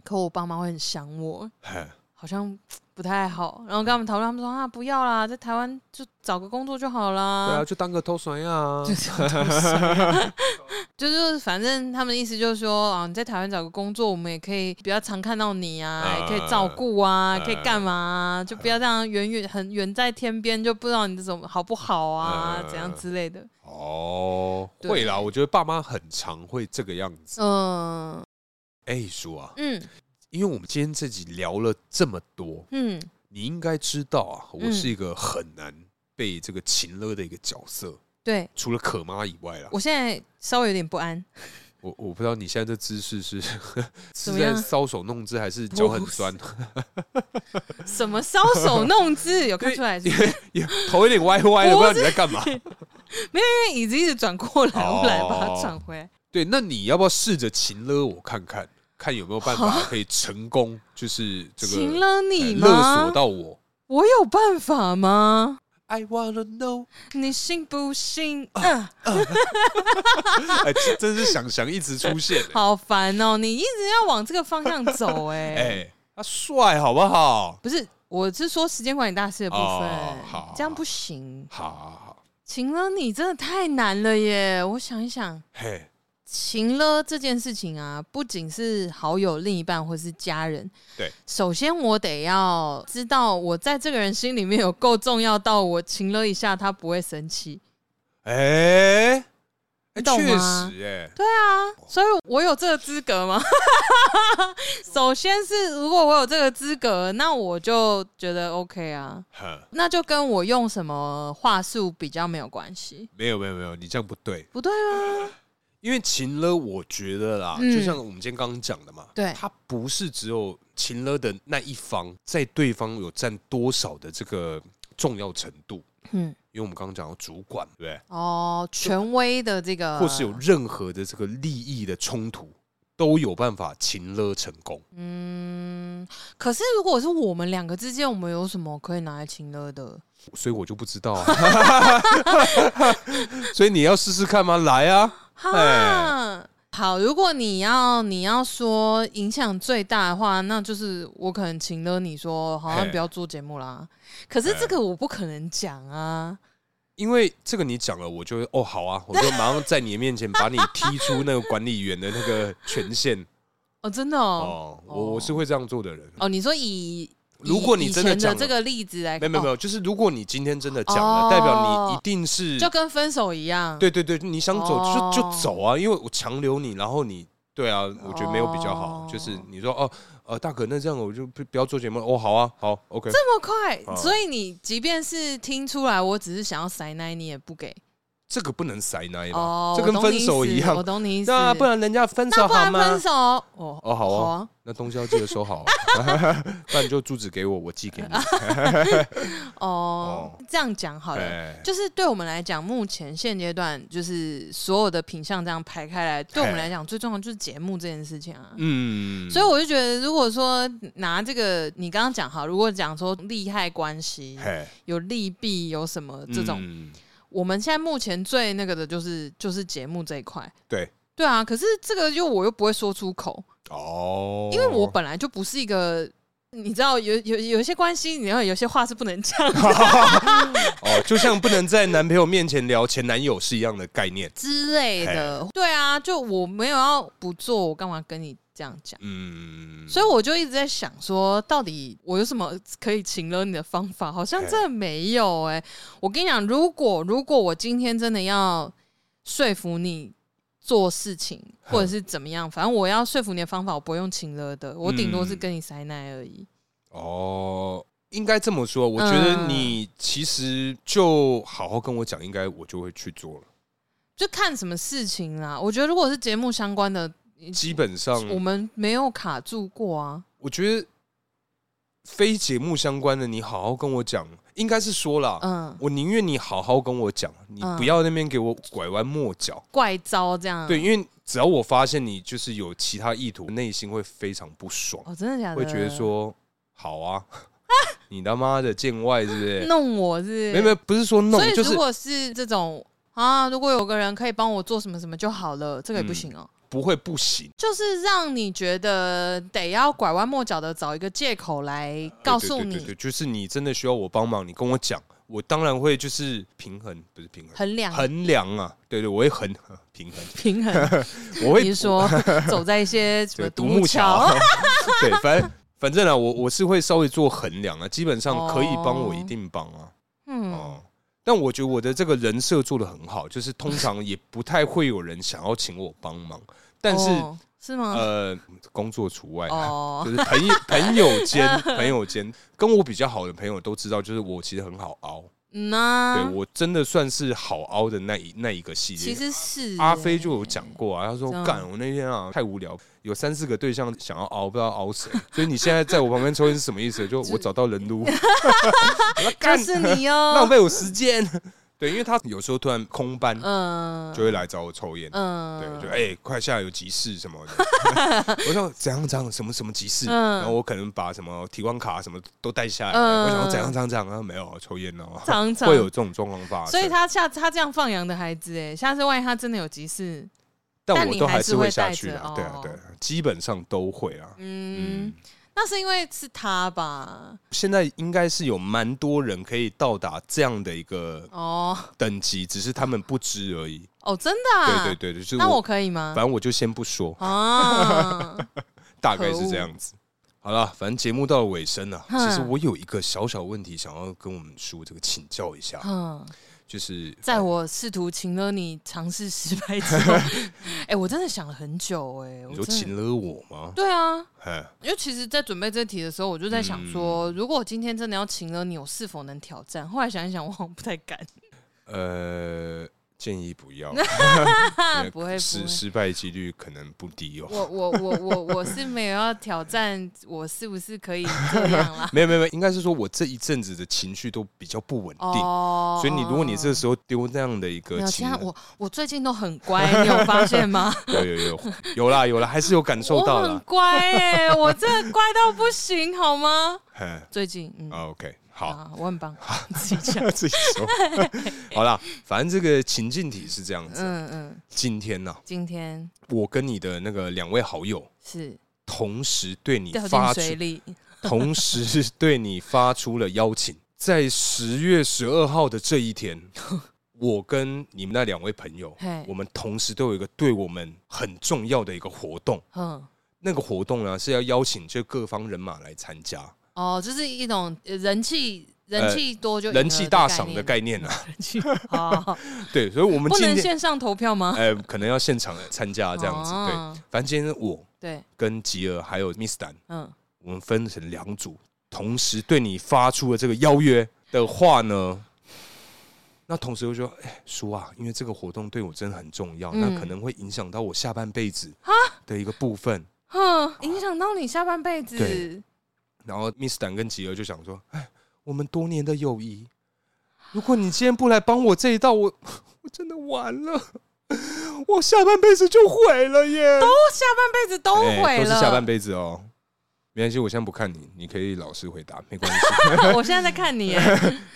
S2: 可我爸妈会很想我，
S1: 嘿
S2: 好像不太好。然后跟他们讨论，他们说啊不要啦，在台湾就找个工作就好啦。
S1: 对啊，就当个偷酸啊
S2: 就。是 就是反正他们意思就是说啊，你在台湾找个工作，我们也可以比较常看到你啊，
S1: 啊
S2: 也可以照顾啊，
S1: 啊
S2: 可以干嘛啊，就不要这样远远很远在天边，就不知道你这种好不好啊，
S1: 啊
S2: 怎样之类的。
S1: 哦，
S2: 对
S1: 会啦，我觉得爸妈很常会这个样子。
S2: 嗯
S1: 哎，叔啊，
S2: 嗯
S1: 因为我们今天这集聊了这么多，
S2: 嗯，
S1: 你应该知道啊，我
S2: 嗯
S1: 是一个很难被这个情勒的一个角色，
S2: 对
S1: 除了可妈以外啦。
S2: 我现在稍微有点不 安，
S1: 我我不知道你现在这姿势是 是
S2: 么
S1: 在
S2: 样
S1: 搔首弄姿，还是脚很酸，
S2: 什么搔首弄姿有看出来是不
S1: 因
S2: 是？
S1: 为因为头有点歪歪的，不知
S2: 不
S1: 道
S2: 是
S1: 你在 干嘛。
S2: 因为椅子一直转过来，
S1: 哦
S2: 我来把它转回来。
S1: 对，那你要不要试着情勒我看看，看有没有办法可以成功，就是这个
S2: 行了你
S1: 呃勒
S2: 吗
S1: 索？到我。
S2: 我有办法吗？
S1: I wanna know，
S2: 你信 不信？啊
S1: 哎，这真是想想一直出现、欸，
S2: 好烦哦！你一直要往这个方向走、哎、
S1: 哎、他帅好不好？
S2: 不是，我是说时间管理大师的部分，
S1: 哦好
S2: 这样不行。
S1: 好好好，
S2: 情了你真的太难了耶！我想一想，
S1: 嘿，
S2: 情了这件事情啊，不仅是好友、另一半或是家人，
S1: 对，
S2: 首先我得要知道我在这个人心里面有够重要到我情了一下他不会生气。
S1: 哎、欸，确
S2: 你懂吗
S1: 实、欸，
S2: 对啊，所以我有这个资 格吗？首先是如果我有这个资格，那我就觉得 OK 啊，
S1: 哎，
S2: 那就跟我用什么话术比较没有关系，
S1: 没有没有没有，你这样不对，
S2: 不对啊？
S1: 因为情勒，我觉得啦，
S2: 嗯
S1: 就像我们今天刚刚讲的嘛，
S2: 对
S1: 他不是只有情勒的那一方在对方有占多少的这个重要程度，
S2: 嗯，
S1: 因为我们刚刚讲到主管，对不对？
S2: 哦，权威的这个，
S1: 或是有任何的这个利益的冲突，都有办法情勒成功。
S2: 嗯，可是如果是我们两个之间，我们有什么可以拿来情勒的？
S1: 所以我就不知道、啊，所以你要试试看吗？来啊，哎
S2: 哈，好，如果你要你要说影响最大的话，那就是我可能请了你说，好像
S1: 嘿哎
S2: 不要做节目啦。可是这个我不可能讲啊，
S1: 因为这个你讲了，我就会哦好啊，我就马上在你面前把你踢出那个管理员的那个权限。
S2: 哦，真的 哦，
S1: 哦，我我是会这样做的人。
S2: 哦，你说以以
S1: 如果你
S2: 以
S1: 真的
S2: 前
S1: 讲
S2: 的
S1: 了
S2: 这个例子来，
S1: 没有没有没
S2: 哦
S1: 有，就是如果你今天真的讲了，代表你一
S2: 哦
S1: 定是
S2: 就跟分手一样，
S1: 对对对，你想走
S2: 哦
S1: 就就走啊，因为我强留你，然后你对啊，我觉得没有比较好
S2: 哦，
S1: 就是你说哦呃大可那这样我就不不要做节目了哦，好啊好 OK，
S2: 这么快，
S1: 哦
S2: 所以你即便是听出来，我只是想要塞奶，你也不给
S1: 这个不能塞奶吧？
S2: 哦，
S1: 这跟
S2: 我懂你
S1: 分手
S2: 意思
S1: 一样
S2: 我懂你意思，
S1: 那不然人家分手
S2: 那不
S1: 好
S2: 然
S1: 吗
S2: 分？手哦
S1: 哦好
S2: 好
S1: 啊，
S2: 啊。
S1: 那东西要记得收好啊， 不然你就住址给我，我寄给你。
S2: 哦，这样讲 好了。
S1: 哎
S2: 就是对我们来讲，目前现阶段就是所有的品相这样排开来，对我们
S1: 嘿
S2: 来讲最重要的就是节目这件事情啊。
S1: 哎嗯，
S2: 所以我就觉得，如果说拿这个你刚刚讲好，如果讲说利害关系
S1: 嘿
S2: 有利弊有什么这种，
S1: 嗯
S2: 我们现在目前最那个的就是就是节目这一块。
S1: 对
S2: 对啊，可是这个又我又不会说出口，
S1: 哦，
S2: 因为我本来就不是一个。你知道有有有一些关系，你要有些话是不 能讲的
S1: 哦，就像不能在男朋友面前聊前男友是一样的概念。哎
S2: 之类的。对啊，就我没有要不做，我干嘛跟你这样讲。
S1: 嗯，
S2: 所以我就一直在想说，到底我有什么可以请了你的方法？好像真的没有哎、我跟你讲，如果如果我今天真的要说服你做事情，或者是怎么样，反正我要说服你的方法，我不用请了的，我顶
S1: 嗯
S2: 多是跟你塞奶而已。
S1: 哦，应该这么说，我觉
S2: 嗯
S1: 得你其实就好好跟我讲，应该我就会去做了。
S2: 就看什么事情啦。我觉得如果是节目相关的，
S1: 基本上，
S2: 我们没有卡住过啊。
S1: 我觉得非节目相关的，你好好跟我讲，应该是说啦，
S2: 嗯，
S1: 我宁愿你好好跟我讲，你
S2: 嗯
S1: 不要那边给我拐弯抹角。
S2: 怪招这样。
S1: 对，，因为只要我发现你就是有其他意图，内心会非常不爽，
S2: 哦，真的假的？
S1: 会觉得说好啊， 你他妈的见外是不是？
S2: 弄我是
S1: 没有没有，不是说弄
S2: 所以，
S1: 就
S2: 如
S1: 是
S2: 果是这种啊，如果有个人可以帮我做什么什么就好了，这个也不行哦、
S1: 不会不行。
S2: 就是让你觉得得要拐弯抹角的找一个借口来告诉
S1: 对对对对
S2: 你，
S1: 对，就是你真的需要我帮忙，你跟我讲，我当然会就是平衡，不是平衡，
S2: 衡量
S1: 衡量啊，对对，我会衡 平衡，
S2: 平衡。
S1: 我 会
S2: 你是说 走在一些什
S1: 对
S2: 么
S1: 独
S2: 木
S1: 木桥，， 对，反正反正啊，我我是会稍微做衡量啊，基本上可以帮我一定帮啊，
S2: 哦嗯，
S1: 哦、但我觉得我的这个人设做的很好，就是通常也不太会有人想要请我帮忙，但是、
S2: 哦是吗？
S1: 呃，工作除外啊、
S2: 哦
S1: 就是朋友朋友间， 朋友间跟我比较好的朋友都知道，就是我其实很好凹，
S2: 嗯呐
S1: 对，我真的算是好凹的那一那一个系列。
S2: 其实是
S1: 阿飞就有讲过啊，他说
S2: 嗯
S1: 干，我那天啊太无聊，有三四个对象想要熬，不知道熬谁，所以你现在在我旁边抽烟是什么意思？就我找到人撸，
S2: 嗯
S1: 我说
S2: 哦就
S1: 干
S2: 是 你
S1: 浪
S2: 哦，
S1: 费我时间。 对，因为他有时候突然空班
S2: 嗯
S1: 就会来找我抽烟，对，
S2: 嗯
S1: 就哎、快下来有急事什么的。我说怎样怎样什么什么急事，
S2: 嗯
S1: 然后我可能把什么提款卡什么都带下来，
S2: 嗯
S1: 我想要怎样怎样怎样，然后没有抽烟 哦，
S2: 常常
S1: 会有这种状况发生。
S2: 所以他下他这样放羊的孩子，哎，下次万一他真的有急事，
S1: 但
S2: 但
S1: 我
S2: 你
S1: 都
S2: 还是
S1: 是会
S2: 会
S1: 下
S2: 带
S1: 去
S2: 着
S1: 啊，对啊
S2: 哦
S1: 对啊，基本上都会啊。
S2: 嗯
S1: 嗯，，
S2: 那是因为是他吧？
S1: 现在应该是有蛮多人可以到达这样的一个
S2: 哦
S1: 等级，只是他们不知而已。
S2: 哦，真的、啊？
S1: 对对对，就是
S2: 那
S1: 我
S2: 我，可以吗
S1: 反？正我就先不说，
S2: 啊，
S1: 大概是这样子。好了，反正节目到了尾声了，
S2: 哼
S1: 其实我有一个小小问题想要跟我们叔这个请教一下，
S2: 嗯，
S1: 就是
S2: 在我试图请了你尝试失败之 后，哎、我真的想了很久、哎，我
S1: 你说
S2: 真的
S1: 请了我吗？
S2: 对啊，
S1: 哎，
S2: 因为其实，在准备这题的时候，我就在想
S1: 嗯
S2: 说，如果我今天真的要请了你，我是否能挑战？后来想一想，我好像不太 敢。
S1: 呃，建议不 要，
S2: 不会不会
S1: 失失败几率可能不低哦。？
S2: 我我我我我是没有要挑战，我是不是可以这样啦
S1: 没有没有没有，应该是说我这一阵子的情绪都比较不稳定，
S2: 哦，
S1: 所以你如果你这
S2: 哦
S1: 时候丢那样的一个
S2: 没有，
S1: 情
S2: 现在
S1: 人，
S2: 我我最近都很乖，你有发现吗？
S1: 有有有有啦有啦，还是有感 受到
S2: 我很
S1: 啦。
S2: 乖哎、我真的乖到不行，好吗？
S1: 嗯
S2: 最近嗯。
S1: ，OK，好，
S2: 啊，我很棒，你自己 讲。
S1: 自己 说。好啦，反正这个情境题是这样子。
S2: 嗯嗯，
S1: 今天呢、
S2: 今天
S1: 我跟你的那个两位好友
S2: 是
S1: 同时对你
S2: 掉进
S1: 发出
S2: 水，里，
S1: 同时对你发出了邀请，在十月十二号的这一天。 我跟你们那两位朋友
S2: 嘿，
S1: 我们同时都有一个对我们很重要的一个活动。
S2: 嗯，
S1: 那个活动呢是要邀请这各方人马来参加，
S2: 哦，就是一种呃人气人气多就赢了
S1: 呃人气大赏的概念啊。
S2: 人气 哦好，
S1: 对，所以我们
S2: 不
S1: 今
S2: 能
S1: 天
S2: 线上投 票吗？
S1: 呃可能要现场参加这样子。对，
S2: 哦
S1: 反正今天我
S2: 对，
S1: 跟吉尔还有 Miss 丹，
S2: 嗯，
S1: 我们分成两组，同时对你发出了这个邀约的话呢。那同时又说，哎、叔啊，因为这个活动对我真的很重要，
S2: 嗯
S1: 那可能会影响到我下半辈子的一个部分。
S2: 哼，影响到你下半辈子
S1: 对，然后 Miss 丹跟吉儿就想说：“哎，我们多年的友谊，如果你今天不来帮我这一道，我 我真的完了，我下半辈子就毁了耶！都
S2: 哦，下半辈子都毁
S1: 哎都
S2: 了，
S1: 是下半辈子哦。没关系，我现在不看你，你可以老实回答，没关系。 啊
S2: 我现在在看 你，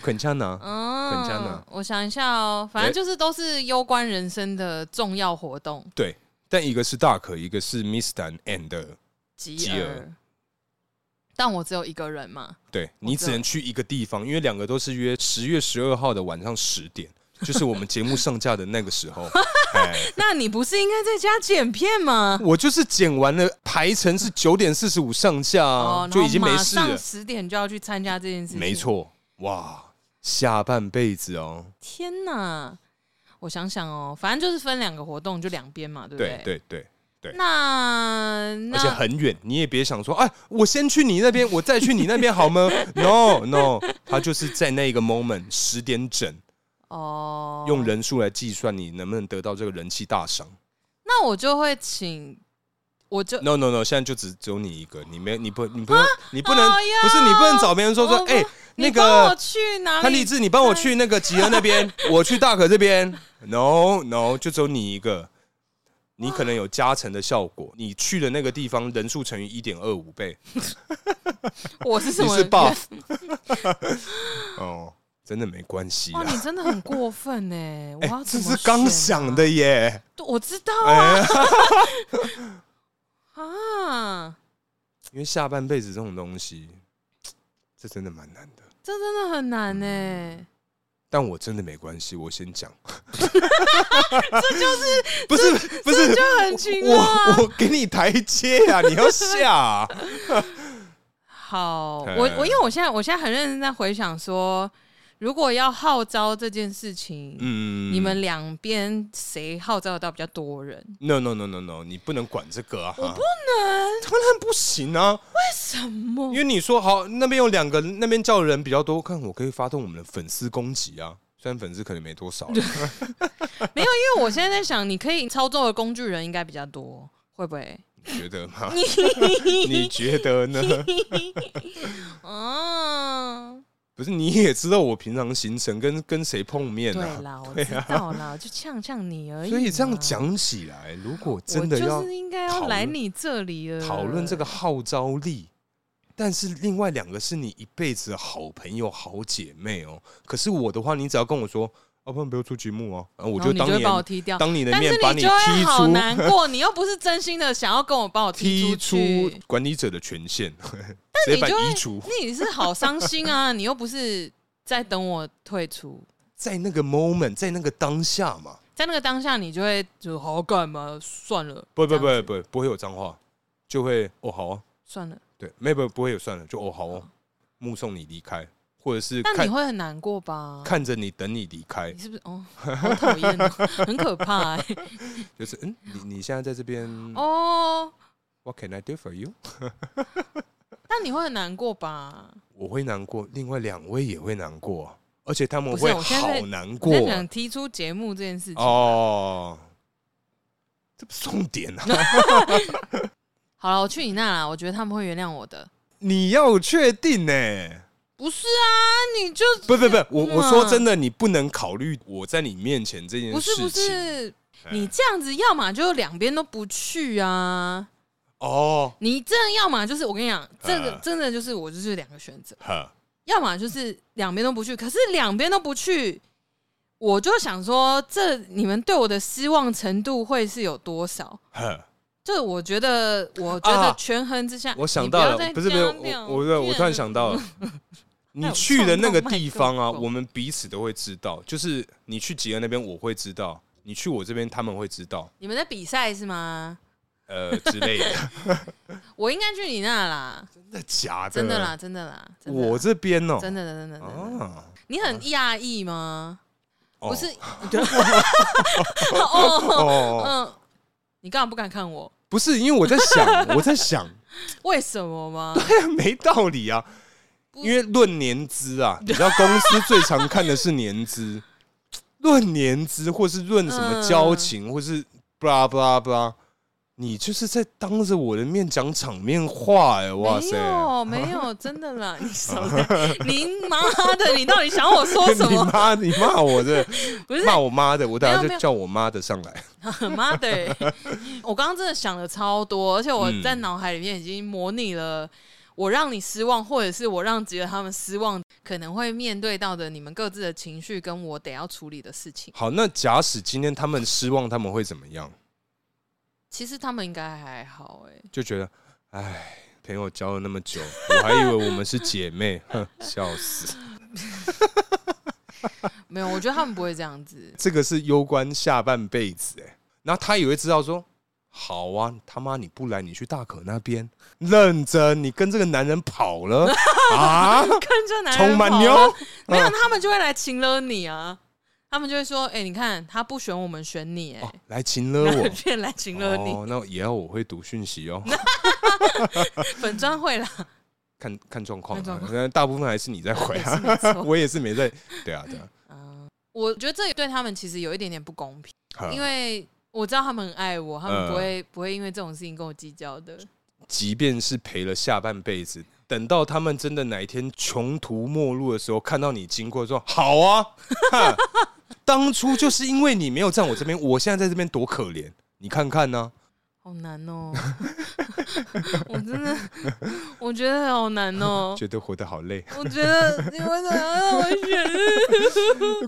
S1: 肯恰拿，
S2: 嗯，
S1: 很哎像呢
S2: 我想一下哦，反正就是都是攸关人生的重要活动，
S1: 对，但一个是大可，一个是 Miss 丹 and，
S2: 吉
S1: 吉
S2: 尔
S1: 尔。
S2: 但我只有一个人嘛，
S1: 对你只能去一个地方，因为两个都是约十月十二号的晚上十点，就是我们节目上架的那个时候。哎
S2: 那你不是应该在家剪片吗？
S1: 我就是剪完了，排程是九点四十五上下啊、
S2: 哦，
S1: 就已经没事了。
S2: 十点就要去参加这件事情。
S1: 没，错，哇，下半辈子哦，
S2: 天哪！我想想哦，反正就是分两个活动，就两边嘛，对不
S1: 对
S2: 对
S1: 对对，
S2: 那
S1: 而且
S2: 那
S1: 很远，你也别想说，哎，我先去你那边，我再去你那边好吗 ？No No，他就是在那个 moment 十点整，
S2: 哦，
S1: 用人数来计算你能不能得到这个人气大赏。
S2: 那我就会请，我就
S1: No No No，现在就只只有你一个，你没你不你不用你不能
S2: 哎呀
S1: 不是你不能找别人说说
S2: 我不
S1: 哎
S2: 你
S1: 那
S2: 帮我
S1: 个
S2: 去哪里？
S1: 潘立志，你帮我去那个吉恩那 边，我去大可这边。No No，就只有你一个，你可能有加成的效果。你去的那个地方人数乘以一点二五倍，
S2: 我是什
S1: 你
S2: 么？
S1: 是 buff。哦，真的没关系啊
S2: 哇，
S1: 啦。
S2: 你真的很过分呢、我
S1: 哎、
S2: 要
S1: 这
S2: 怎么
S1: 是刚
S2: 选啊
S1: 想的，耶。
S2: 对我知道
S1: 哎、哎
S2: 啊，
S1: 因为下半辈子这种东西，这真的蛮难的。
S2: 这真的很难欸呢、
S1: 但我真的没关系，我先讲。 这就是 不是不是
S2: 就很奇怪啊。
S1: 嗯我我给你台阶 啊，你要下、啊。
S2: 好，
S1: 哎
S2: 我我因为我现在我现在很认真在回想说，如果要号召这件事情，
S1: 嗯，
S2: 你们两边谁号召得到比较多人？
S1: no no no no no，你不能管这个啊！
S2: 我不能，
S1: 当然不行啊，
S2: 什么
S1: 因？为你说好那边有两个，那边叫的人比较多，看我可以发动我们的粉丝攻击啊。虽然粉丝可能没多少 了，
S2: 没有，因为我现在在想，你可以操纵的工具人应该比较多，会不会？
S1: 你觉得吗？ 你觉得呢？
S2: 嗯，
S1: 不是，你也知道我平常行程 跟跟谁碰面
S2: 对
S1: 啊。
S2: 啦，我知道啦，我就呛呛你而已 嘛。
S1: 所以这样讲起来，如果真的
S2: 我
S1: 要
S2: 就是应该
S1: 讨
S2: 要
S1: 论
S2: 来你这里了，
S1: 讨论这个号召力，但是另外两个是你一辈子的好朋友、好姐妹哦。可是我的话，你只要跟我说，要、不然不要出节目啊，啊我
S2: 然后
S1: 就
S2: 哦你
S1: 当
S2: 就
S1: 你
S2: 会把我
S1: 的
S2: 踢掉。
S1: 当你的
S2: 但
S1: 面
S2: 是
S1: 把
S2: 就会
S1: 踢
S2: 好
S1: 出。
S2: 难过，你又不是真心的想要跟我把我
S1: 踢
S2: 出
S1: 出
S2: 去，
S1: 管理者的权限， 直接把
S2: 你就会
S1: 移除。
S2: 你是好伤心啊！你又不是在等我退出，
S1: 在那个 moment，在那个当下嘛，
S2: 在那个当下，你就会就好好干嘛，算了，
S1: 不不
S2: 这样
S1: 不
S2: 子
S1: 不不会有脏话，就会哦好啊，
S2: 算了。
S1: 对，没不不会有算了，就哦好哦，目送你离开，或者是
S2: 但你
S1: 看
S2: 会很难过吧？
S1: 看着你等你离开
S2: 你，是不是哦？好讨厌哦， 很可怕欸
S1: 就是嗯，你你现在在这边
S2: 哦。
S1: ，What can I do for you？
S2: 那你会很难过吧？
S1: 我会难过，另外两位也会难过，啊而且他们
S2: 不是
S1: 会
S2: 我现在在
S1: 好难
S2: 我
S1: 过啊
S2: 在想提出节目这件事情。
S1: 哦。这不是重点啊！
S2: 好了，我去你那啦，我觉得他们会原谅我的。
S1: 你要确定呢、
S2: 不是啊，你就
S1: 不不不，我
S2: 嗯
S1: 我说真的，你不能考虑我在你面前这件
S2: 不
S1: 事
S2: 是
S1: 情。
S2: 不是，
S1: 哎
S2: 你这样子，要么就两边都不去啊。
S1: 哦，
S2: 你这样，要么就是我跟你讲，这个
S1: 嗯
S2: 真的就是我就是两个选择，
S1: 呵，
S2: 要么就是两边都不去。可是两边都不去，我就想说，这你们对我的失望程度会是有多少？
S1: 呵，
S2: 这我觉得，我觉得
S1: 啊
S2: 权衡之下，
S1: 我想
S2: 你
S1: 到
S2: 要
S1: 了
S2: 再，
S1: 不是不是，
S2: 这样
S1: 我
S2: 聊
S1: 我我我突然想到了， 你去的那个地方啊，
S2: 我撞到麦克风
S1: 我们彼此都会知道，就是你去吉恩那边我会知道，你去我这边他们会知道，
S2: 你们在比赛是吗？
S1: 呃之类 的，
S2: 我应该去你那啦，
S1: 真的假的？
S2: 真的啦，，真的啦，真的啦
S1: 我这边哦，
S2: 真的真的真的真的，
S1: 啊，
S2: 你很讶异吗？
S1: 哦
S2: 不 是，哦，
S1: 哦，
S2: 嗯，你干嘛不敢看我？
S1: 不是，因为我在想，我在想，
S2: 为什么吗？
S1: 没道理啊，
S2: 不
S1: 因为论年资 啊，你知道公司最常看的是年资，论年资或是论什么交
S2: 嗯
S1: 情，或是 blah blah blah，你就是在当着我的面讲场面话哎、哇
S2: 没
S1: 塞！
S2: 有没有，真的啦，你什么？你妈的，你到底想我说什
S1: 你
S2: 么？
S1: 妈，你骂我的，
S2: 不是
S1: 骂我妈的，我等下
S2: 没有没
S1: 就
S2: 有
S1: 叫我妈的上来。
S2: 妈的，我刚刚真的想了超多，而且我
S1: 嗯
S2: 在脑海里面已经模拟了。我让你失望，或者是我让吉得他们失望，可能会面对到的你们各自的情绪，跟我得要处理的事情。
S1: 好，那假使今天他们失望，他们会怎么样？
S2: 其实他们应该还好、欸，
S1: 就觉得，哎，朋友交了那么久，我还以为我们是姐妹，哼，笑死。
S2: 没有，我觉得他们不会这样 子。
S1: 这个是攸关下半辈子哎、然后他也会知道说，好啊，他妈你不来，你去大可那边认真，你跟这个男人跑 了啊？
S2: 跟着男人
S1: 充满
S2: 跑
S1: 妞嗯哦
S2: 啊，没有，他们就会来请了你啊。他们就会说：“哎、你看他不选我们，选你、
S1: 哦
S2: 哎、，
S1: 来擒 了
S2: 然后
S1: 我。
S2: 骗 来请了你，
S1: 哦，那以后我会读讯息哦，
S2: 粉砖会啦，
S1: 看看状况啊
S2: 看状，况
S1: 那大部分还是你在回
S2: 也是 没
S1: 啊，
S2: 错
S1: 我也是没在，对啊对啊
S2: 嗯，我觉得这对他们其实有一点点不公平，
S1: 呵
S2: 因，为我知道他们很爱我，他们
S1: 嗯
S2: 不会、不会因为这种事情跟我计较的。
S1: 即便是赔了下半辈子，等到他们真的哪一天穷途末路的时候，看到你经过说好啊，哈当初就是因为你没有站我这边，我现在在这边多可怜，你看看呢、
S2: 好难哦、 我真的，我觉得好难 哦、
S1: 觉得活得好累，
S2: 我觉得你为什么要让我选？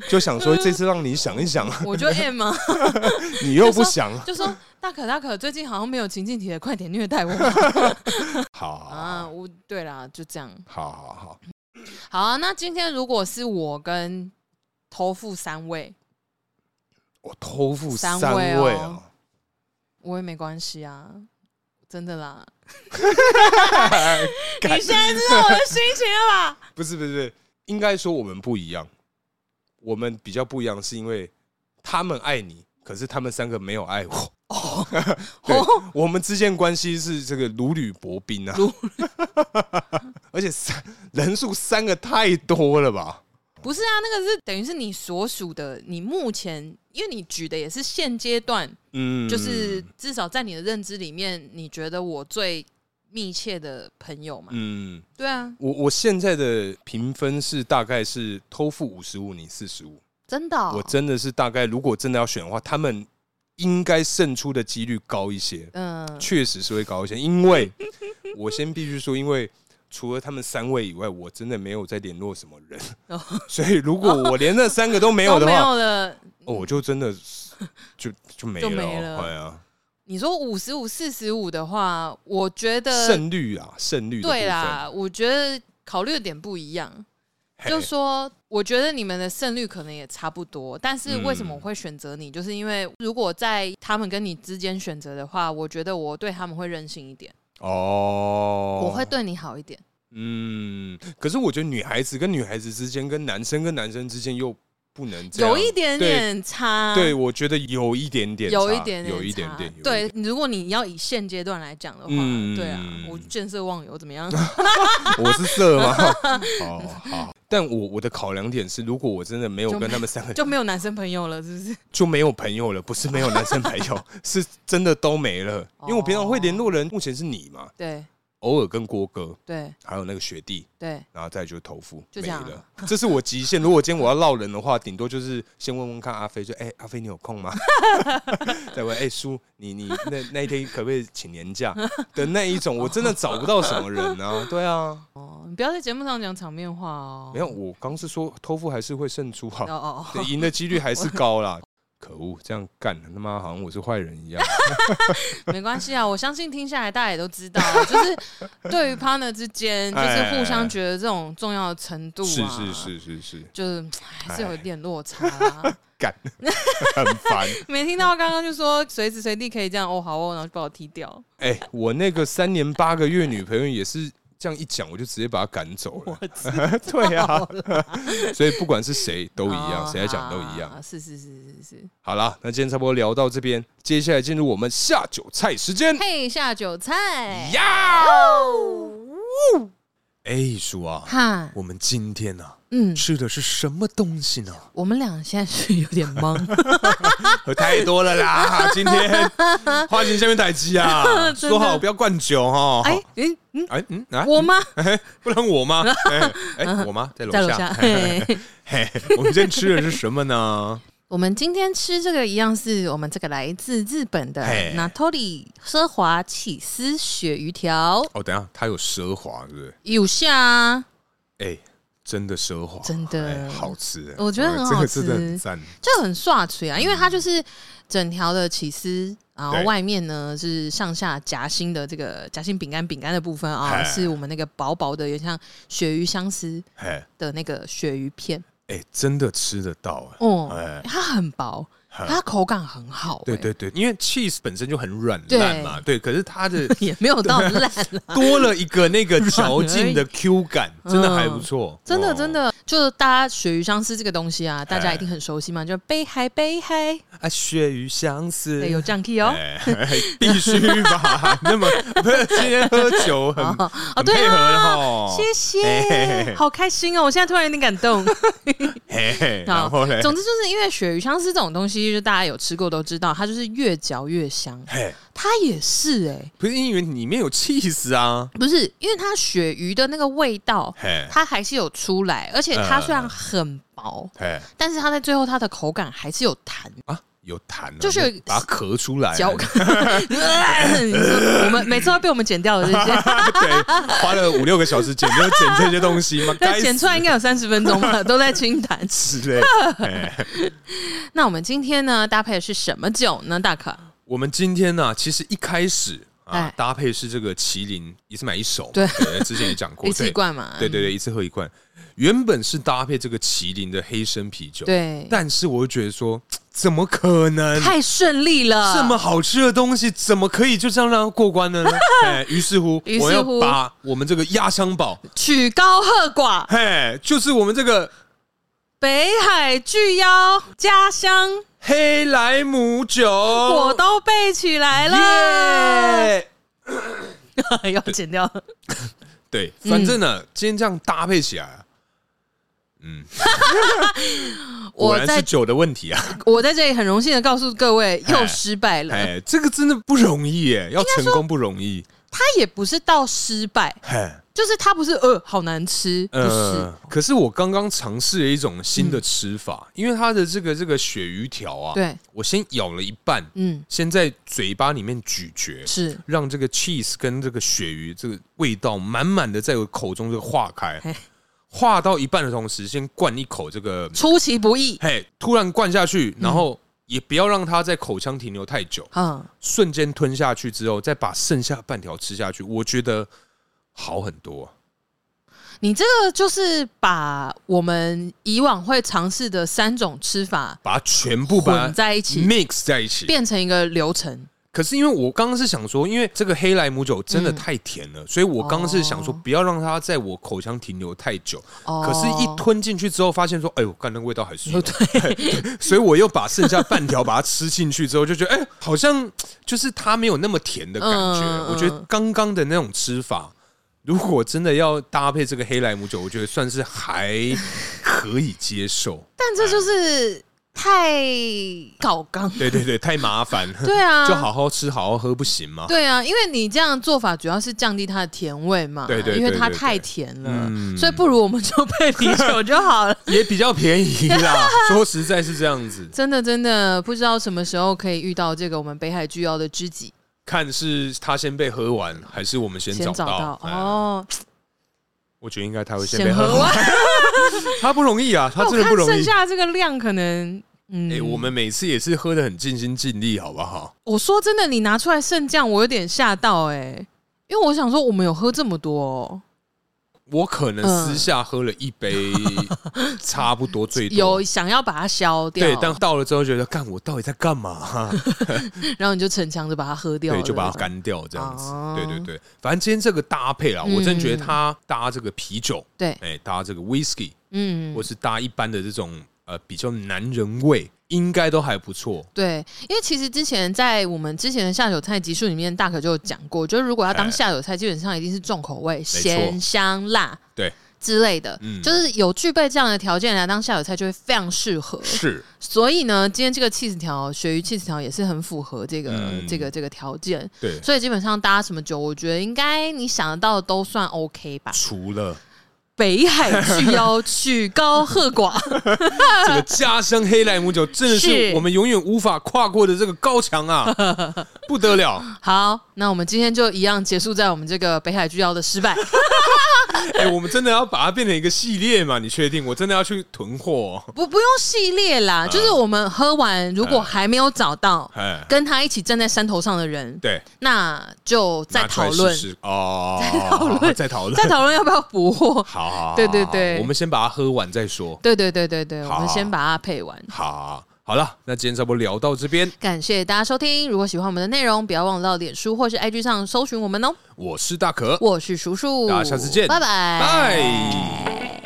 S1: 就想说这次让你想一想，
S2: 我就 M 啊，
S1: 你又不 想，
S2: 就说大可大可最近好像没有情境题了，快点虐 待我吧
S1: 好
S2: 啊！
S1: 好
S2: 我对啦，就这样。
S1: 好好好，
S2: 好啊，那今天如果是我跟头付三位，
S1: 我偷付
S2: 三
S1: 三
S2: 位
S1: 位
S2: 哦
S1: 啊，
S2: 我也没关系啊，真的啦。 你
S1: 干
S2: 现在知道我的心情了吧？
S1: 不是不是不是，应该说我们不一样，我们比较不一样，是因为他们爱你，可是他们三个没有爱我。 对
S2: 哦，
S1: 我们之间关系是这个如履薄冰啊， 而且三人数三个太多了吧？
S2: 不是啊，那个是等于是你所属的，你目前因为你举的也是现阶段，
S1: 嗯，
S2: 就是至少在你的认知里面，你觉得我最密切的朋友嘛？
S1: 嗯，
S2: 对啊，
S1: 我我现在的评分是大概是偷付五十五，你四十五，
S2: 真的哦、
S1: 我真的是大概如果真的要选的话，他们应该胜出的几率高一些，
S2: 嗯
S1: 确实是会高一些，因 为我先必须说，因为。除了他们三位以外，我真的没有再联络什么人，
S2: 哦
S1: 所以如果我连那三个都没有的
S2: 都没
S1: 话，
S2: 有了。
S1: 哦，我就真的 是就就没了
S2: 嗯
S1: 哦，
S2: 就没了
S1: 哎呀，
S2: 你说五十五、四十五的话，我觉得
S1: 胜率啊，胜率的
S2: 对
S1: 部
S2: 啦，我觉得考虑的点不一样。
S1: 分，
S2: 就
S1: 嘿
S2: 说，我觉得你们的胜率可能也差不多，但是为什
S1: 嗯
S2: 么我会选择你？就是因为如果在他们跟你之间选择的话，我觉得我对他们会任性一点，
S1: 哦，
S2: 我会对你好一点。
S1: 嗯，可是我觉得女孩子跟女孩子之间，跟男生跟男生之间又不能这样，
S2: 有一点点差，
S1: 对，我觉得有一点点差，
S2: 有一点点，
S1: 有一点点，有一
S2: 对
S1: 点，，
S2: 如果你要以现阶段来讲的话，
S1: 嗯
S2: 对啊，我见色忘友怎 么 样？
S1: 我是色 吗？哦，好，但我我的考量点是，如果我真的没有
S2: 就
S1: 跟他们三个
S2: 就没有男生朋友了，是不是？
S1: 就没有朋友了，不是没有男生朋 友，是真的都没了，因为我平常会联络
S2: 哦
S1: 的人，目前是你嘛，
S2: 对
S1: 偶尔跟郭哥，
S2: 对
S1: 还有那个学弟，
S2: 对，
S1: 然后再就投付，
S2: 就这样啊
S1: 没了。这是我极限。如果今天我要闹人的话，顶多就是先问问看阿飞，就哎、阿飞你有空 吗？再问哎、叔，你你那那一天可不可以请年假的那一种，我真的找不到什么人啊。对啊，
S2: 哦，你不要在节目上讲场面话哦。
S1: 没有，我刚是说偷付还是会胜出啊，
S2: 哦哦
S1: 对，赢的几率还是高啦。可恶，这样干他妈好像我是坏人 一样。
S2: 哦，没关系啊，我相信听下来大家也都知道，啊就是对于 partner 之间，就是互相觉得这种重要的程度、
S1: 哎
S2: 啊，
S1: 是是，是哎是是，
S2: 就是还是有一点落差、啊。
S1: 干 很烦。
S2: 没听到刚刚就说随时随地可以这样哦，好哦，然后就把我踢掉，
S1: 哎、我那个三年八个月女朋友也是这样一讲，我就直接把她赶走 了。 对啊，所以不管是谁都一样，
S2: 哦
S1: 谁来讲都一样。
S2: 啊是是是是是。
S1: 好啦，那今天差不多聊到这边，接下来进入我们下酒菜时间
S2: 配下酒菜，
S1: 呀。哎，叔啊，
S2: 哈，
S1: 我们今天呢、啊、
S2: 嗯，
S1: 吃的是什么东西呢？
S2: 我们俩现在是有点 懵，
S1: 喝太多了 啦，今天花钱下面逮鸡啊，
S2: 真的
S1: 说好不要灌酒哦。
S2: 哎，嗯嗯，
S1: 哎嗯啊，
S2: 我 吗？
S1: 不然我 吗？哎、哎我吗？在楼
S2: 嗯在楼
S1: 下
S2: 下，。嘿。
S1: 嘿，我们今天吃的是什么呢？
S2: 我们今天吃这个一样是我们这个来自日本的
S1: 嘿
S2: Natoli 奢华起司鳕鱼条，
S1: 哦，等一下，它有奢华，是不是？
S2: 有下啊，
S1: 哎、真的奢华，
S2: 真的
S1: 哎好吃、哎
S2: 我觉得很
S1: 这个
S2: 好
S1: 真的很
S2: 吃
S1: 赞。
S2: 就很刷嘴啊，因为它就是整条的起司。然后
S1: 嗯对
S2: 外面呢是上下夹心的这个夹心饼干饼干的部分啊，
S1: 嘿
S2: 是我们那个薄薄的，有点像鳕鱼香丝
S1: 嘿，
S2: 的那个鳕鱼片。
S1: 哎，真的吃得到哎，
S2: 哦、
S1: 哎
S2: 它很薄，
S1: 很
S2: 它口感很好、
S1: 对对对，因为 cheese 本身就很软烂嘛，对，可是它的
S2: 哎，也没有到烂啊了。
S1: 多了一个那 个嚼劲的 Q 感，真的还不错，
S2: 嗯真的
S1: 哦
S2: 真。的，就是大家鳕鱼香丝这个东西啊，大家一定很熟悉
S1: 哎
S2: 嘛，就北海北海，
S1: 啊，鳕鱼相思
S2: 对，有酱 key 哦，
S1: 哎，必须吧？ 那么不是今天喝酒很
S2: 哦
S1: 很
S2: 对
S1: 配合的
S2: 啊
S1: 哈，
S2: 谢
S1: 哎
S2: 谢，好开心哦！我现在突然有点感动。
S1: 嘿嘿 然后嘞，
S2: 总之就是因为鳕鱼香丝这种东西，就大家有吃过都知道，它就是越嚼越香。
S1: 嘿，
S2: 它也是哎、
S1: 不是因为里面有 cheese 啊，
S2: 不是因为它鳕鱼的那个味道，
S1: 嘿，
S2: 它还是有出来，而且它
S1: 嗯
S2: 虽然很薄，
S1: 嘿
S2: 但是它在最后它的口感还是有弹。
S1: 啊，有痰啊，
S2: 就是
S1: 你把它咳出来，
S2: 嚼， 你说 我们每次都要被我们剪掉的这些，
S1: 对，花了五六个小时剪，就剪这些东 西嘛，该
S2: 但剪
S1: 死
S2: 出来应该有三十分钟 吧，都在清谈。
S1: 之类。
S2: 那我们今天呢，搭配的是什么酒呢？大可，
S1: 我们今天呢、其实一开始啊
S2: 哎，
S1: 搭配是这个麒麟，也是买一手嘛，
S2: 对
S1: 之前也讲过，
S2: 一次一
S1: 对
S2: 罐嘛，
S1: 对对对，一次喝一罐。原本是搭配这个麒麟的黑生啤酒，
S2: 对
S1: 但是我又觉得说，怎么可能？
S2: 太顺利了，
S1: 这么好吃的东西，怎么可以就这样让它过关呢？ 哎，于是乎，
S2: 于是乎
S1: 我要把我们这个压箱宝，
S2: 曲高和寡，
S1: 嘿，就是我们这个
S2: 北海巨妖家乡
S1: 黑莱姆酒，
S2: 我都背起来 了，
S1: 哦耶
S2: 要剪掉。
S1: 对，
S2: 嗯
S1: 反正呢，今天这样搭配起来啊，嗯，果
S2: 我
S1: 然是
S2: 在
S1: 酒的问题 啊！
S2: 我在这里很荣幸的告诉各位，
S1: 哎
S2: 又失败了。
S1: 哎，这个真的不容易耶，要成功不容易。
S2: 它也不是到失败，
S1: 嘿，
S2: 就是它不是呃好难吃，不是。
S1: 呃，可是我刚刚尝试了一种新的吃法，因为它的这个这个鳕鱼条啊，
S2: 嗯对，
S1: 我先咬了一半，
S2: 嗯，
S1: 先在嘴巴里面咀嚼，
S2: 是
S1: 让这个 cheese 跟这个鳕鱼这个味道满满的在我口中这个化开
S2: 嘿，
S1: 化到一半的同时，先灌一口这个
S2: 出其不意。
S1: 嘿，突然灌下去，然后也不要让它在口腔停留太久，
S2: 嗯，
S1: 瞬间吞下去之后，再把剩下半条吃下去，我觉得好很多。
S2: 你这个就是把我们以往会尝试的三种吃法
S1: 把它全部把
S2: 混
S1: 它
S2: 在一起
S1: mix 在一起。
S2: 变成一个流程。
S1: 可是因为我刚刚是想说，因为这个黑莱姆酒真的太甜了，所以我刚刚是想说，
S2: 嗯哦
S1: 不要让它在我口腔停留太久。
S2: 哦
S1: 可是，一吞进去之后，发现说，哎呦，干那个味道还 是有， 所以我又把剩下半条把它吃进去之后，就觉得，哎，好像就是它没有那么甜的感觉。
S2: 嗯嗯嗯
S1: 我觉得刚刚的那种吃法，如果真的要搭配这个黑莱姆酒，我觉得算是还可以接受。
S2: 但这就是太搞纲。
S1: 对对对，太麻烦，
S2: 对啊，
S1: 就好好吃好好喝不行吗？
S2: 对啊，因为你这样做法主要是降低它的甜味嘛，
S1: 对对对
S2: 因为它
S1: 对对
S2: 太甜了，
S1: 嗯
S2: 所以不如我们就配啤酒就好了。
S1: 也比较便宜啦。说实在是这样子，
S2: 真的真的不知道什么时候可以遇到这个我们北海巨妖的知己，
S1: 看是他先被喝完，还是我们先
S2: 先
S1: 找
S2: 找到
S1: 哎
S2: 哦，
S1: 我觉得应该他会先被
S2: 先
S1: 喝
S2: 喝
S1: 完，
S2: 完。
S1: 他不容易啊，他
S2: 我
S1: 真的不
S2: 哦看
S1: 容
S2: 剩
S1: 易。
S2: 下这个量可能，嗯，
S1: 哎、我们每次也是喝的很尽心尽力，好不好？
S2: 我说真的，你拿出来剩酱，我有点吓到哎、因为我想说我们有喝这么多、哦，
S1: 我可能
S2: 嗯
S1: 私下喝了一 杯，差不多最多。
S2: 有想要把它消掉，
S1: 对，但到了之后觉得，干我到底在干 嘛？
S2: 然后你就逞强的把它喝掉了，
S1: 对，就把它
S2: 这样
S1: 干掉这样子。
S2: 哦嗯
S1: 对对对，反正今天这个搭配啊，我真觉得它搭这个啤酒，
S2: 对，
S1: 哎、搭这个 whisky，
S2: 嗯
S1: 或是搭一般的这种呃比较男人味，应该都还不错。
S2: 对，因为其实之前在我们之前的下酒菜集数里面，大可就有讲过，就是如果要当
S1: 哎
S2: 下酒菜，基本上一定是重口味，
S1: 错
S2: 咸香辣，
S1: 对
S2: 之类的，
S1: 嗯
S2: 就是有具备这样的条件来当下酒菜，就会非常适合。
S1: 是，
S2: 所以呢，今天这个 cheese 条鳕鱼 cheese 条也是很符合这个、
S1: 嗯
S2: 这个这个条件，
S1: 对，
S2: 所以基本上搭什么酒，我觉得应该你想得到的都算 OK 吧。
S1: 除了
S2: 北海巨妖，曲高和寡，
S1: 这个家乡黑莱姆酒，真的是
S2: 是
S1: 我们永远无法跨过的这个高墙 啊，不得了！
S2: 好，那我们今天就一样结束在我们这个北海巨妖的 失败。
S1: 哎、我们真的要把它变成一个系列嘛？你确定？我真的要去囤货、哦？
S2: 不不用系列啦，
S1: 啊
S2: 就是我们喝完，如果还没有找到
S1: 哎，
S2: 跟他一起站在山头上的人，
S1: 对，
S2: 那就再
S1: 拿出来
S2: 讨论，
S1: 试试哦，哦
S2: 讨论
S1: 再讨论，
S2: 再讨论要不要补货。
S1: 好好好，好
S2: 对对
S1: 好
S2: 对
S1: 我们先把它喝完再说。
S2: 对对对对对，
S1: 好
S2: 我们先把它配完。
S1: 好，好了，那今天差不多聊到这边。
S2: 感谢大家收听，如果喜欢我们的内容，不要忘了到脸书或是 IG 上搜寻我们哦。
S1: 我是大可，
S2: 我是叔叔，
S1: 大家下次见
S2: 拜拜，
S1: 拜。